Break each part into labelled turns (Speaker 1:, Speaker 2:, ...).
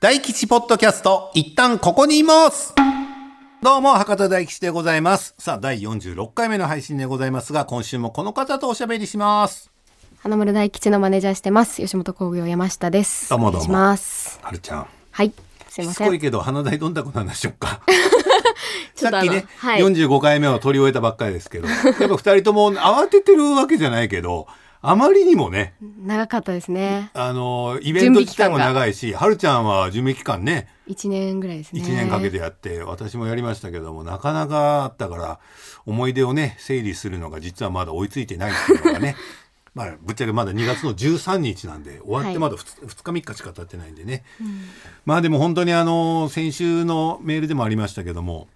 Speaker 1: 大吉ポッドキャスト、一旦ここにいますどうも、博多大吉でございます。さあ、第46回目の配信でございますが、今週もこの方とおしゃべりします。
Speaker 2: 花丸大吉のマネージャーしてます吉本興業山下です
Speaker 1: どうもどうも
Speaker 2: お願いします
Speaker 1: はるちゃん。
Speaker 2: はいすい
Speaker 1: し
Speaker 2: ま
Speaker 1: つ
Speaker 2: せん
Speaker 1: こいけど、花大どんだこの話しよっか。
Speaker 2: ち
Speaker 1: さ
Speaker 2: ょと
Speaker 1: っ
Speaker 2: あ
Speaker 1: き
Speaker 2: の
Speaker 1: ね、
Speaker 2: はい、
Speaker 1: 45回目を取り終えたばっかりですけど、 やっぱ2人とも慌ててるわけじゃないけど、あまりにもね、
Speaker 2: 長かったですね
Speaker 1: あの、イベント自体も長いし、はるちゃんは準備期間ね、
Speaker 2: 一年ぐらいですね
Speaker 1: 1年かけてやって、私もやりましたけども、なかなかあったから、思い出をね、整理するのが実はまだ追いついてないっていうのが ね、まあ、ぶっちゃけまだ2月の13日なんで、終わっ
Speaker 2: は
Speaker 1: て
Speaker 2: い
Speaker 1: まだ 2, 日3日しか経ってないんでね。まあでも本当にあの、先週のメールでもありましたけども、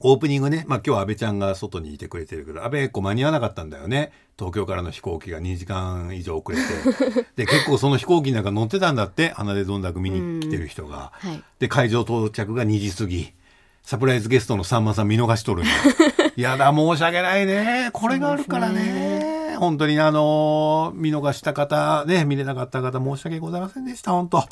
Speaker 1: オープニングね、まあ、今日は安倍ちゃんが外にいてくれてるけど安倍結構間に合わなかったんだよね東京からの飛行機が2時間以上遅れ てで結構その飛行機なんか乗ってたんだって鼻でどんだく見に来てる人が、
Speaker 2: うんはい
Speaker 1: で会場到着が2時過ぎサプライズゲストのさんまさん見逃しと るんやいやだ申し訳ないねこれがあるから
Speaker 2: そうです
Speaker 1: ね本当にあのー見逃した方ね見れなかった方申し訳ございませんでした本当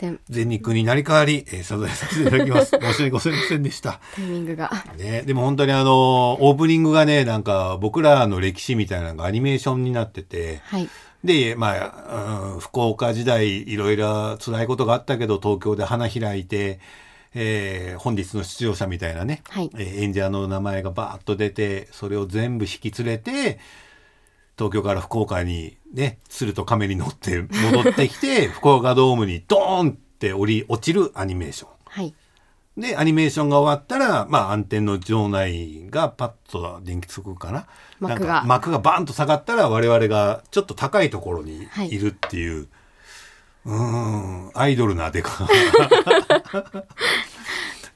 Speaker 2: せん
Speaker 1: 全日空になり代わり、えー謝罪させていただき ます申し訳ございませんでした
Speaker 2: タイミングが
Speaker 1: ね、でも本当にあのオープニングがねなんか僕らの歴史みたいなのがアニメーションになってて
Speaker 2: はい
Speaker 1: でまあ、うん福岡時代いろいろ辛いことがあったけど東京で花開いて、えー本日の出場者みたいなね、
Speaker 2: はい
Speaker 1: えー演者の名前がバーッと出てそれを全部引き連れて東京から福岡にね鶴と亀に乗って戻ってき て福岡ドームにドーンって降り落ちるアニメーション。
Speaker 2: はい
Speaker 1: で、アニメーションが終わったら、まあ、暗転の場内がパッと電気つくかな。
Speaker 2: 幕
Speaker 1: なん
Speaker 2: が
Speaker 1: か幕がバーンと下がったら、我々がちょっと高いところに
Speaker 2: はい
Speaker 1: いるっていう、うーん、アイドルなで か。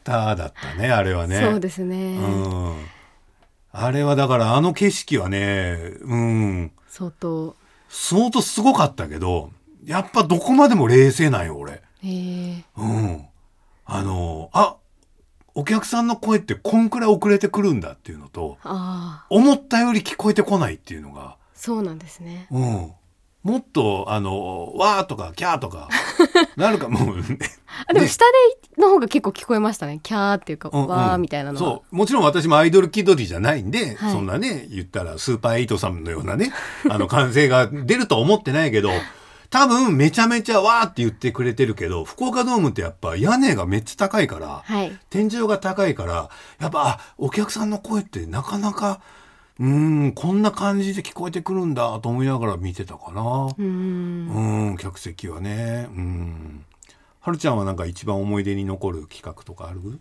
Speaker 1: ただったね、あれはね。
Speaker 2: そうですね、
Speaker 1: うん。あれはだから、あの景色はね、うん、
Speaker 2: 相当
Speaker 1: 相当すごかったけど、やっぱどこまでも冷静なんよ、俺。
Speaker 2: えー、
Speaker 1: うん。あの、あ、お客さんの声ってこんくらい遅れてくるんだっていうのと、
Speaker 2: ああ
Speaker 1: 思ったより聞こえてこないっていうのが、
Speaker 2: そうなんですね
Speaker 1: うん。もっと、あの、わーとか、キャーと か、なるかも、ね、
Speaker 2: あでも下での方が結構聞こえましたねキャーっていうか、
Speaker 1: うんうん
Speaker 2: わーみたいなのは
Speaker 1: そうもちろん私もアイドル気取りじゃないんで、
Speaker 2: はい
Speaker 1: そんなね言ったらスーパーエイトさんのような ねあの歓声が出るとは思ってないけど多分めちゃめちゃわーって言ってくれてるけど福岡ドームってやっぱ屋根がめっちゃ高いから、
Speaker 2: はい
Speaker 1: 天井が高いからやっぱあお客さんの声ってなかなかうーんこんな感じで聞こえてくるんだと思いながら見てたかな
Speaker 2: うーん
Speaker 1: うん客席はねうんはるちゃんはなんか一番思い出に残る企画とかある、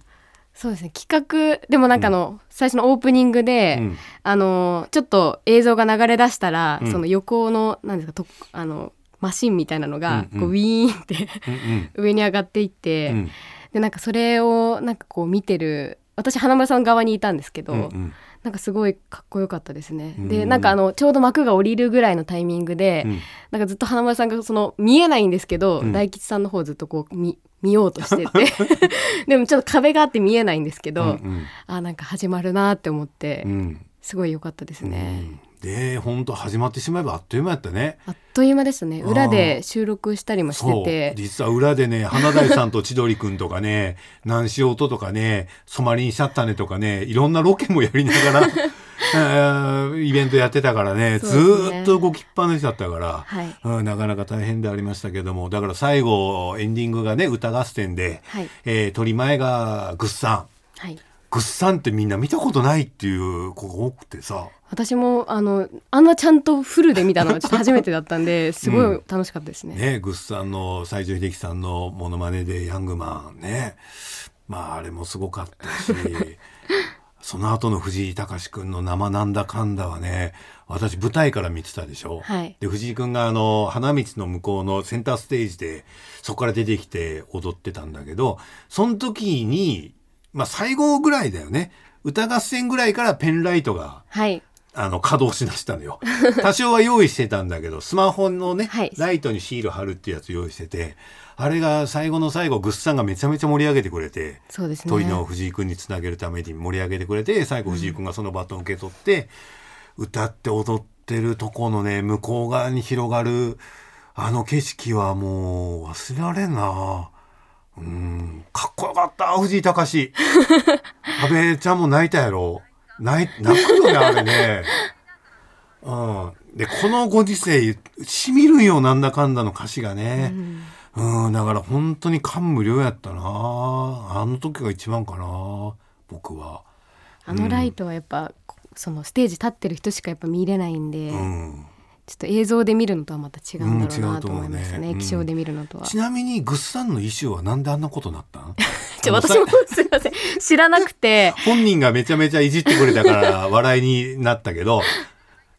Speaker 2: そうですね企画でもなんかあの、最初のオープニングで、
Speaker 1: うん
Speaker 2: あのーちょっと映像が流れ出したら、
Speaker 1: うん
Speaker 2: その横のなんですかとあのマシンみたいなのが、
Speaker 1: うんうん
Speaker 2: こうウィーンって
Speaker 1: うんうん
Speaker 2: 上に上がっていっ
Speaker 1: う
Speaker 2: て、
Speaker 1: ん
Speaker 2: でなんかそれをなんかこう見てる私花村さん側にいたんですけど、
Speaker 1: うんうん
Speaker 2: なんかすごいかっこよかったですね。
Speaker 1: う
Speaker 2: で
Speaker 1: ん
Speaker 2: なんかあのちょうど幕が降りるぐらいのタイミングで、
Speaker 1: うん
Speaker 2: なんかずっと花村さんがその見えないんですけど、
Speaker 1: うん
Speaker 2: 大吉さんの方をずっとこう見 見ようとしてて でもちょっと壁があって見えないんですけど、
Speaker 1: うん
Speaker 2: あなんか始まるなって思って、
Speaker 1: うんうん
Speaker 2: すごい良かったですね。
Speaker 1: で本当始まってしまえばあっという間やったね。
Speaker 2: あっという間でしたね
Speaker 1: あー
Speaker 2: 裏で収録したりもし
Speaker 1: そ
Speaker 2: て
Speaker 1: う
Speaker 2: て
Speaker 1: 実は裏でね花大さんと千鳥くんとか ね南し音とかねソマリンシャッタネとかねいろんなロケもやりながら えーイベントやってたからね
Speaker 2: そう
Speaker 1: ず
Speaker 2: ですね
Speaker 1: ーっと動きっぱなしだったから、
Speaker 2: はい
Speaker 1: うんなかなか大変でありましたけどもだから最後エンディングがね歌合戦で、
Speaker 2: はい
Speaker 1: えー鳥前がぐっさん
Speaker 2: はい
Speaker 1: ぐっさんってみんな見たことないっていう子が多くてさ。
Speaker 2: 私もあのあんなちゃんとフルで見たのはちょっと初めてだった んですごい楽しかったですね,、
Speaker 1: ね、グッさんの西城秀樹さんのモノマネでヤングマンねまああれもすごかったし その後の藤井隆君の生なんだかんだはね私舞台から見てたでしょ、
Speaker 2: はい
Speaker 1: で藤井君があの花道の向こうのセンターステージでそこから出てきて踊ってたんだけどその時にまあ最後ぐらいだよね歌合戦ぐらいからペンライトが
Speaker 2: はい
Speaker 1: あの、稼働しだしたの よ。多少は用意してたんだけど、スマホのね、
Speaker 2: はい
Speaker 1: ライトにシール貼るっていうやつ用意してて、あれが最後の最後、ぐっさんがめちゃめちゃ盛り上げてくれて、
Speaker 2: そうですね
Speaker 1: 鳥の藤井君につなげるために盛り上げてくれて、最後藤井君がそのバトンを受け取って、歌って踊ってるとこのね、向こう側に広がる、あの景色はもう忘れられんな。うんかっこよかった藤井 隆安倍ちゃんも泣いたやろ泣い泣くよねあれねうんでこのご時世しみるよなんだかんだの歌詞がねうん、だから本当に感無量やったなあの時が一番かな僕は
Speaker 2: あのライトはやっぱ、そのステージ立ってる人しかやっぱ見れないんで、
Speaker 1: うん
Speaker 2: ちょっと映像で見るのとはまた違うんだろう
Speaker 1: うん違
Speaker 2: な
Speaker 1: うと
Speaker 2: と
Speaker 1: 思う
Speaker 2: 思
Speaker 1: ね
Speaker 2: いましたね、
Speaker 1: うん
Speaker 2: 気象で見るのとは。
Speaker 1: ちなみにぐっさんの衣装はなんであんなことになったん
Speaker 2: ちょ私もすいません知らなく て
Speaker 1: 本人がめちゃめちゃいじってくれたから笑いになったけど、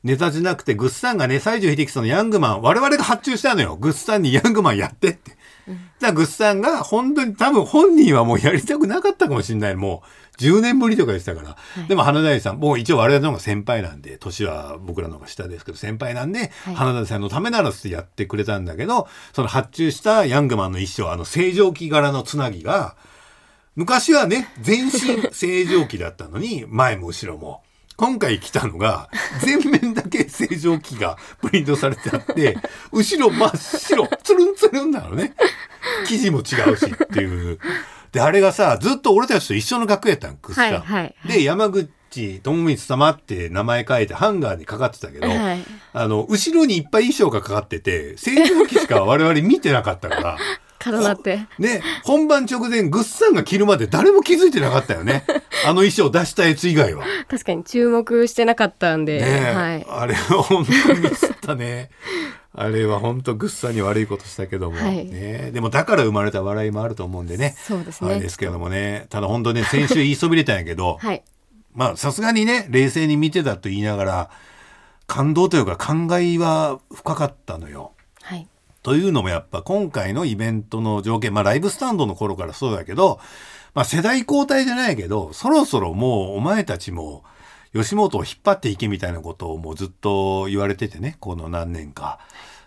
Speaker 1: ネタじゃなくて、グッサンがね、西城秀樹さんのヤングマン、我々が発注したのよ。グッサンにヤングマンやってって。じゃあ、グッサンが本当に多分本人はもうやりたくなかったかもしれない。もう10年ぶりとかでしたから。
Speaker 2: い
Speaker 1: でも、花田さん、もう一応我々の方が先輩なんで、年は僕らの方が下ですけど、先輩なんで、
Speaker 2: はい
Speaker 1: 花田さんのためならってやってくれたんだけど、その発注したヤングマンの一生、あの、正常期柄のつなぎが、昔はね、全身正常期だったのに、 前も後ろも。今回来たのが、全面だけ正常期が プリントされてあって、後ろ真っ白、つるんつるんなのね。生地も違うしっていう。で、あれがさ、ずっと俺たちと一緒の楽屋やったん、くっさん。
Speaker 2: はいはいはい
Speaker 1: で、山口智光様って名前書いてハンガーにかかってたけど、
Speaker 2: はい
Speaker 1: あの、後ろにいっぱい衣装がかかってて、正常期しか我々見てなかったから、
Speaker 2: 重なって
Speaker 1: ね、本番直前、ぐっさんが着るまで誰も気づいてなかったよね。あの衣装出したやつ以外は。
Speaker 2: 確かに注目してなかったんで、
Speaker 1: ねえ、
Speaker 2: はい
Speaker 1: あれは本当にミスったね。あれは本当ぐっさんに悪いことしたけども、
Speaker 2: はい
Speaker 1: ね、でもだから生まれた笑いもあると思うんでね。
Speaker 2: そうです
Speaker 1: あれ
Speaker 2: ね
Speaker 1: ですけどもね、ただ本当ね、先週言いそびれたんやけど、
Speaker 2: はい
Speaker 1: まあさすがにね、冷静に見てたと言いながら、感動というか感慨は深かったのよ。
Speaker 2: はい
Speaker 1: というのもやっぱ今回のイベントの条件、まあライブスタンドの頃からそうだけど、まあ世代交代じゃないけど、そろそろもうお前たちも吉本を引っ張っていけみたいなことをもうずっと言われててね、この何年か。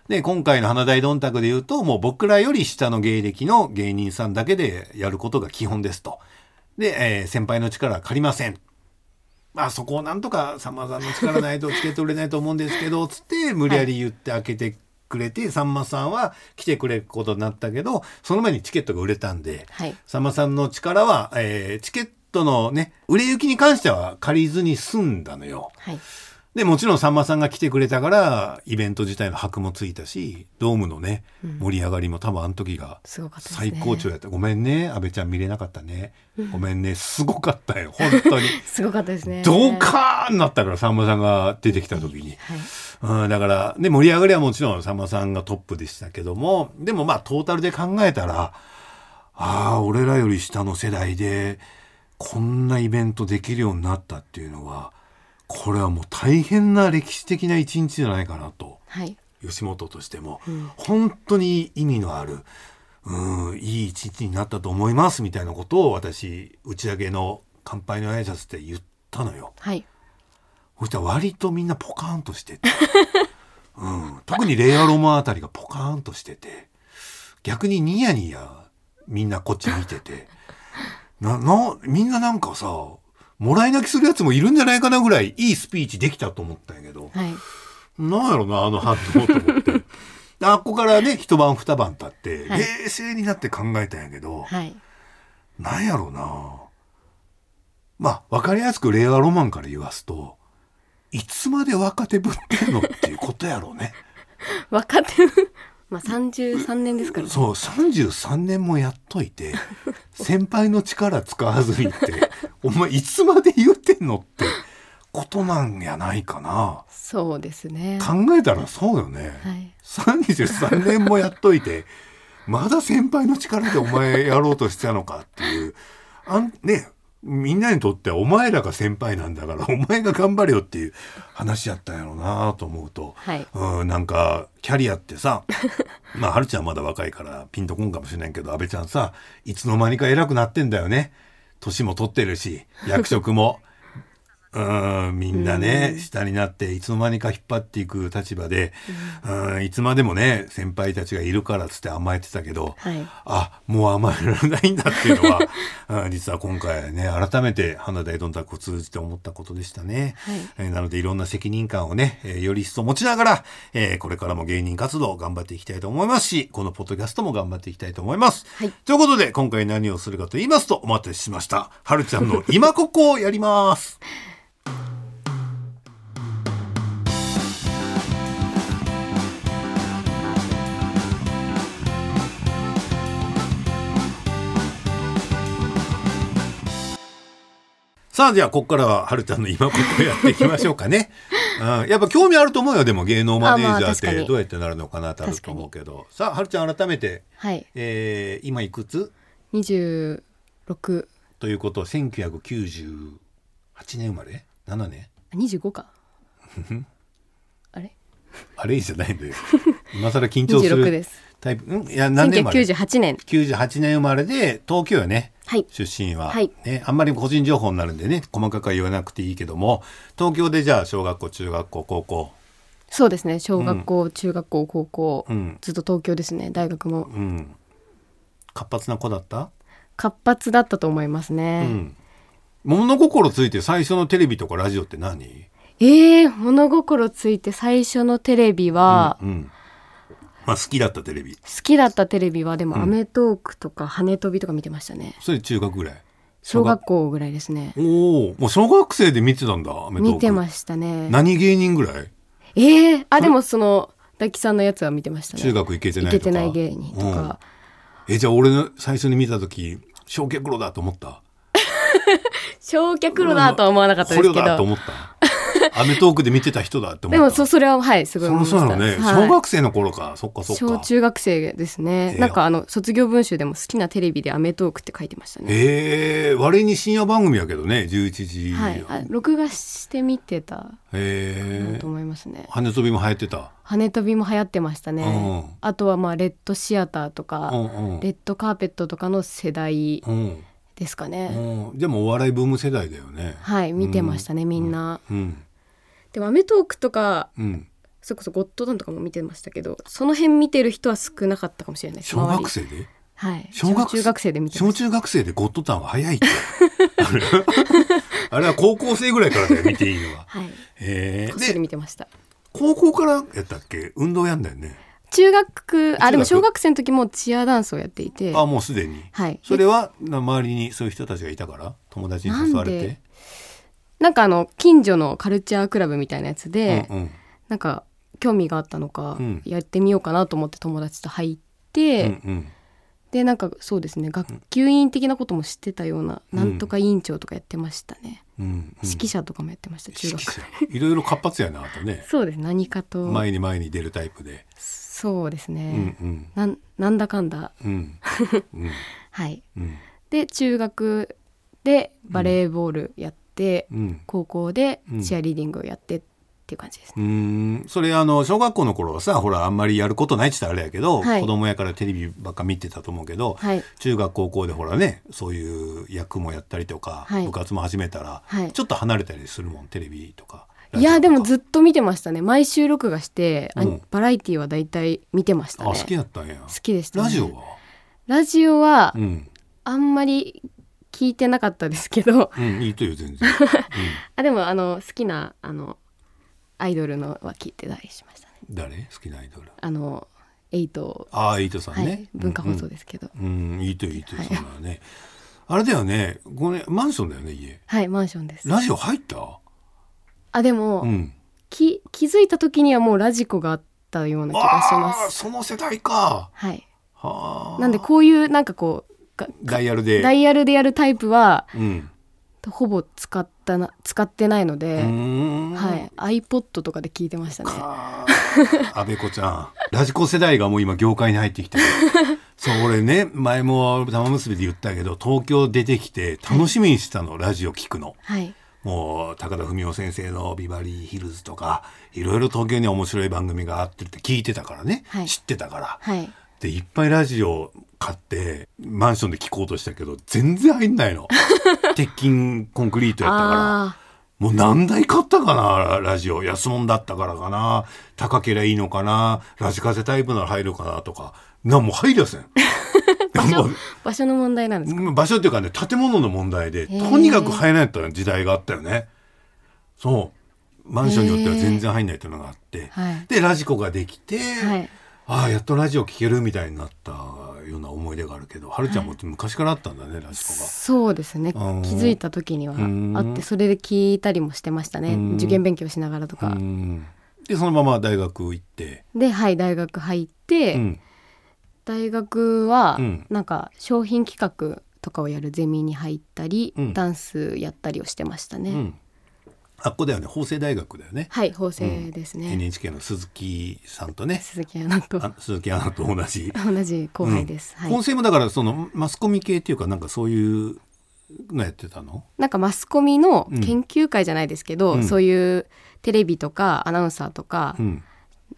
Speaker 1: で、今回の花大どんたくで言うと、もう僕らより下の芸歴の芸人さんだけでやることが基本ですと。で、えー先輩の力は借りません。まあそこをなんとかさんまさんの力ないとチケット売れないと思うんですけどつって無理やり言って開けてくれて、さんまさんは来てくれることになったけどその前にチケットが売れたんで、
Speaker 2: はい
Speaker 1: さんまさんの力は、えーチケットのね売れ行きに関しては借りずに済んだのよ。
Speaker 2: はい
Speaker 1: でもちろんさんまさんが来てくれたからイベント自体の箔もついたしドームのね盛り上がりも多分あの時が
Speaker 2: すごかったですね
Speaker 1: 最高潮やった、ごめんね安倍ちゃん見れなかったねごめんねすごかったよ本当に。
Speaker 2: すごかったです ね
Speaker 1: ドカーンなったからさんまさんが出てきた時に、
Speaker 2: はい
Speaker 1: うん、だからね盛り上がりはもちろんさんまさんがトップでしたけどもでもまあトータルで考えたらああ俺らより下の世代でこんなイベントできるようになったっていうのはこれはもう大変な歴史的な一日じゃないかなと
Speaker 2: はい
Speaker 1: 吉本としても、本当に意味のある、うん、いい一日になったと思いますみたいなことを私打ち上げの乾杯の挨拶で言ったのよ。
Speaker 2: はい
Speaker 1: そしたら割とみんなポカーンとしてて、うん、特にレイアロマあたりがポカーンとしてて逆にニヤニヤみんなこっち見ててななみんななんかさもらい泣きするやつもいるんじゃないかなぐらいいいスピーチできたと思ったんやけど
Speaker 2: はい
Speaker 1: なんやろなあの反応と思ってあっこからね一晩二晩経って
Speaker 2: はい
Speaker 1: 冷静になって考えたんやけど、
Speaker 2: はい
Speaker 1: なんやろうなまあ分かりやすく令和ロマンから言わすといつまで若手ぶってんのっていうことやろう ね
Speaker 2: 若手 まあ33年ですからね
Speaker 1: そう33年もやっとい て先輩の力使わずにってお前いつまで言ってんのってことなんやないかな
Speaker 2: そうですねは
Speaker 1: 考えたらそうよね、
Speaker 2: い
Speaker 1: 33年もやっといてまだ先輩の力でお前やろうとしてたのかっていうあんねみんなにとってはお前らが先輩なんだからお前が頑張れよっていう話やったんやろうなと思うと、
Speaker 2: はい
Speaker 1: うんなんかキャリアって さまあはるちゃんまだ若いからピンとこんかもしれないけど安倍ちゃんさ いつの間にか偉くなってんだよね年も取ってるし役職もうんみんなね、下になっていつの間にか引っ張っていく立場で、うんいつまでもね先輩たちがいるからっつって甘えてたけど、
Speaker 2: はい
Speaker 1: あもう甘えられないんだっていうのはうん実は 今回ね改めて花大どんたくを通じて思ったことでしたね、
Speaker 2: はい
Speaker 1: えーなのでいろんな責任感をね、えーより一層持ちながら、えーこれからも芸人活動頑張っていきたいと思いますしこのポッドキャストも頑張っていきたいと思います、
Speaker 2: はい
Speaker 1: ということで今回何をするかと言いますとお待たせしましたはるちゃんの今ここをやります さあ、じゃあ、ここからは、はるちゃんの今ここやっていきましょうかね。 うん、やっぱ興味あると思うよ、でも芸能マネージャーっ
Speaker 2: あまあ確か
Speaker 1: て
Speaker 2: に
Speaker 1: どうやってなるのかなってあると思うけど。さあ、はるちゃん改めて、
Speaker 2: はい
Speaker 1: えー、今いくつ
Speaker 2: 26
Speaker 1: ということは、1998年生まれ ?7 年
Speaker 2: あ25かあれ
Speaker 1: あれじゃないんだよ。 今更緊張す
Speaker 2: 26で
Speaker 1: る
Speaker 2: す
Speaker 1: タイプ。うんいや、何年生まれ
Speaker 2: 1998年
Speaker 1: ?98 年生まれで、東京よね。
Speaker 2: はい
Speaker 1: 出身は、
Speaker 2: はい
Speaker 1: ね、あんまり個人情報になるんでね細かくは言わなくていいけども東京でじゃあ小学校中学校高校
Speaker 2: そうですね小学校、中学校高校、
Speaker 1: うん
Speaker 2: ずっと東京ですね大学も
Speaker 1: うん活発な子だった、
Speaker 2: 活発だったと思います
Speaker 1: う
Speaker 2: ね、
Speaker 1: ん物心ついて最初のテレビとかラジオって何
Speaker 2: えー、物心ついて最初のテレビは、
Speaker 1: うんうんまあ、好きだったテレビ
Speaker 2: 好きだったテレビはでも「
Speaker 1: ん
Speaker 2: アメトーーク」とか「羽飛び」とか見てましたね
Speaker 1: それ中学ぐらい
Speaker 2: 小学校ぐらいですね
Speaker 1: おおもう小学生で見てたんだアメトーーク
Speaker 2: 見てましたね
Speaker 1: 何芸人ぐらい
Speaker 2: えー、あでもその抱きさんのやつは見てましたね
Speaker 1: 中学行けて
Speaker 2: い
Speaker 1: ないとか
Speaker 2: けてない芸人とか、
Speaker 1: うんえじゃあ俺の最初に見た時焼却炉だと思った
Speaker 2: 焼却炉だとは思わなかったですけ
Speaker 1: 捕虜だと
Speaker 2: ど
Speaker 1: 思った アメトーークで見てた人だって思
Speaker 2: で
Speaker 1: った
Speaker 2: もそそれははいすごい
Speaker 1: そ
Speaker 2: 思い
Speaker 1: の
Speaker 2: ました
Speaker 1: そうなのね、
Speaker 2: はい
Speaker 1: 小学生の頃かそっかそっか
Speaker 2: 小中学生ですね、
Speaker 1: えー
Speaker 2: なんかあの卒業文集でも好きなテレビで『アメトーーク』って書いてましたね
Speaker 1: ええ割に深夜番組やけどね11時、
Speaker 2: はいあ録画して見てた
Speaker 1: ええ
Speaker 2: と思いますね
Speaker 1: 羽飛びも流行ってた
Speaker 2: 羽飛びも流行ってましたね、
Speaker 1: うん
Speaker 2: あとはまあレッドシアターとか、
Speaker 1: うんうん
Speaker 2: レッドカーペットとかの世代
Speaker 1: うん、
Speaker 2: ですかね、
Speaker 1: うん、でもお笑いブーム世代だよね
Speaker 2: はい見てましたね、みんな、
Speaker 1: うん
Speaker 2: でも『アメトーーク』とか
Speaker 1: うん
Speaker 2: それこそゴッドタンとかも見てましたけどその辺見てる人は少なかったかもしれないです
Speaker 1: 小学生
Speaker 2: 周り
Speaker 1: で
Speaker 2: はい
Speaker 1: 小
Speaker 2: 小
Speaker 1: 学
Speaker 2: 中学生で見てま
Speaker 1: 小
Speaker 2: し
Speaker 1: 中学生でゴッドタンは早いってあれあれは高校生ぐらいからだよ見ていいの は
Speaker 2: たはい
Speaker 1: ええ
Speaker 2: こっそり
Speaker 1: で
Speaker 2: 見てました
Speaker 1: 高校からやったっけ運動やんだよね
Speaker 2: 中学
Speaker 1: 中学
Speaker 2: あでも小学生の時もチアダンスをやっていて
Speaker 1: あもうすでに
Speaker 2: はい
Speaker 1: それはな周りにそういう人たちがいたから友達に誘われ
Speaker 2: なん
Speaker 1: て
Speaker 2: でなんかあの近所のカルチャークラブみたいなやつで、
Speaker 1: うんうん
Speaker 2: なんか興味があったのか、
Speaker 1: うん
Speaker 2: やってみようかなと思って友達と入って、
Speaker 1: うんうん
Speaker 2: でなんかそうですね学級委員的なことも知ってたような、
Speaker 1: うん
Speaker 2: なんとか委員長とかやってましたね、
Speaker 1: うんうん
Speaker 2: 指揮者とかもやってました中
Speaker 1: 指揮
Speaker 2: 学
Speaker 1: 者いろいろ活発やなあとね
Speaker 2: そうです何かと
Speaker 1: 前に前に出るタイプで、
Speaker 2: そうです
Speaker 1: う
Speaker 2: ね
Speaker 1: ん、うん
Speaker 2: なんなんだかんだ
Speaker 1: うんうん
Speaker 2: はい
Speaker 1: うん
Speaker 2: で中学でバレーボールやっ
Speaker 1: う
Speaker 2: て、
Speaker 1: ん
Speaker 2: 高校で
Speaker 1: うん
Speaker 2: チアリーディングをやってっていう感じですね、
Speaker 1: うーんそれあの小学校の頃はさほらあんまりやることないって言ったらあれやけど、
Speaker 2: はい
Speaker 1: 子供やからテレビばっか見てたと思うけど、
Speaker 2: はい
Speaker 1: 中学高校でほらねそういう役もやったりとか、
Speaker 2: はい
Speaker 1: 部活も始めたら、
Speaker 2: はい
Speaker 1: ちょっと離れたりするもんテレビとか。
Speaker 2: いやでも
Speaker 1: っ
Speaker 2: ずっと見てましたね毎週録画して、あ
Speaker 1: うん
Speaker 2: バラエティーは大体見てました
Speaker 1: と
Speaker 2: ね
Speaker 1: あ好きだったんや。
Speaker 2: 好きでした、ね、
Speaker 1: ラジオは、
Speaker 2: ラジオは
Speaker 1: うん、
Speaker 2: あんまり聞いてなかったですけど、
Speaker 1: うん、いいとよ全然。
Speaker 2: あでもあの好きなあのアイドルのは聞いてたりしましたね
Speaker 1: うん、誰好きなアイドル。
Speaker 2: あのエイト、
Speaker 1: ああ、イートさん
Speaker 2: は
Speaker 1: ね。
Speaker 2: い、文化放送
Speaker 1: で。
Speaker 2: ですけど、
Speaker 1: うん、いいとよいいとよ、そんなのね。あれだよね、これマンションだよね、家。
Speaker 2: はいマンションです
Speaker 1: ラジオ入った。
Speaker 2: あでも、
Speaker 1: うん。
Speaker 2: き気づいた時にはもうラジコがあったような気がしま
Speaker 1: あー
Speaker 2: す
Speaker 1: その世代か。
Speaker 2: はい
Speaker 1: はあ。
Speaker 2: なんでこういうなんかこうが
Speaker 1: ダイヤルで。
Speaker 2: ダイヤルでやるタイプは
Speaker 1: うん。
Speaker 2: ほぼ使ったな使ってないの
Speaker 1: う
Speaker 2: で、
Speaker 1: ーん。
Speaker 2: はい、iPod とかで聞いてましたね
Speaker 1: かー。 安倍子ちゃん、ラジコ世代がもう今業界に入ってき てる。そう、俺ね、前も玉結びで言ったけど、東京出てきて楽しみにしてたの、ラジオ聞くの。
Speaker 2: はい
Speaker 1: もう高田文夫先生の「ビバリーヒルズ」とかいろいろ東京には面白い番組があってるって聞いてたからね、
Speaker 2: はい
Speaker 1: 知ってたから。
Speaker 2: はい
Speaker 1: でいっぱいラジオ買ってマンション で聞こうとしたけど全然入んないの。鉄筋コンクリートやったか
Speaker 2: あ
Speaker 1: らもう何台買ったかなラジオ安物だったからかな高けりゃいいのかなラジカセタイプなら入るかなとかなんも入りやせん
Speaker 2: 場
Speaker 1: も
Speaker 2: 所
Speaker 1: う
Speaker 2: 場所の問題なんですか
Speaker 1: 場所っていうかね建物の問題でと
Speaker 2: ー
Speaker 1: にかく入らないった時代があったよねそうマンションによっては全然入んないっていうのがあって、
Speaker 2: はい
Speaker 1: でラジコができて、
Speaker 2: はい
Speaker 1: ああやっとラジオ聴けるみたいになったような思い出があるけどはるちゃんも昔からあったんだね、ラジコが。
Speaker 2: そうですね気
Speaker 1: うん
Speaker 2: づいた時には
Speaker 1: うん
Speaker 2: あってそれで聞いたりもしてましたね
Speaker 1: うん
Speaker 2: 受験勉強しながらと
Speaker 1: う
Speaker 2: か
Speaker 1: んでそのまま大学行って、
Speaker 2: ではい大学入って、
Speaker 1: うん
Speaker 2: 大学は
Speaker 1: うん
Speaker 2: なんか商品企画とかをやるゼミに入ったり、
Speaker 1: うん
Speaker 2: ダンスやったりをしてましたね、
Speaker 1: うん、あっこだよね法政大学だよね、
Speaker 2: はい法政ですね、
Speaker 1: NHK の鈴木さんとね
Speaker 2: 鈴木ア ナと
Speaker 1: あ鈴木アナと同じ
Speaker 2: 同じ 後輩です、
Speaker 1: 法
Speaker 2: はい
Speaker 1: 政もだからそのマスコミ系っていうかなんかそういうのやってたの
Speaker 2: なんかマスコミの
Speaker 1: うん
Speaker 2: 研究会じゃないですけど、
Speaker 1: うん
Speaker 2: そういうテレビとかアナウンサーとか、
Speaker 1: うん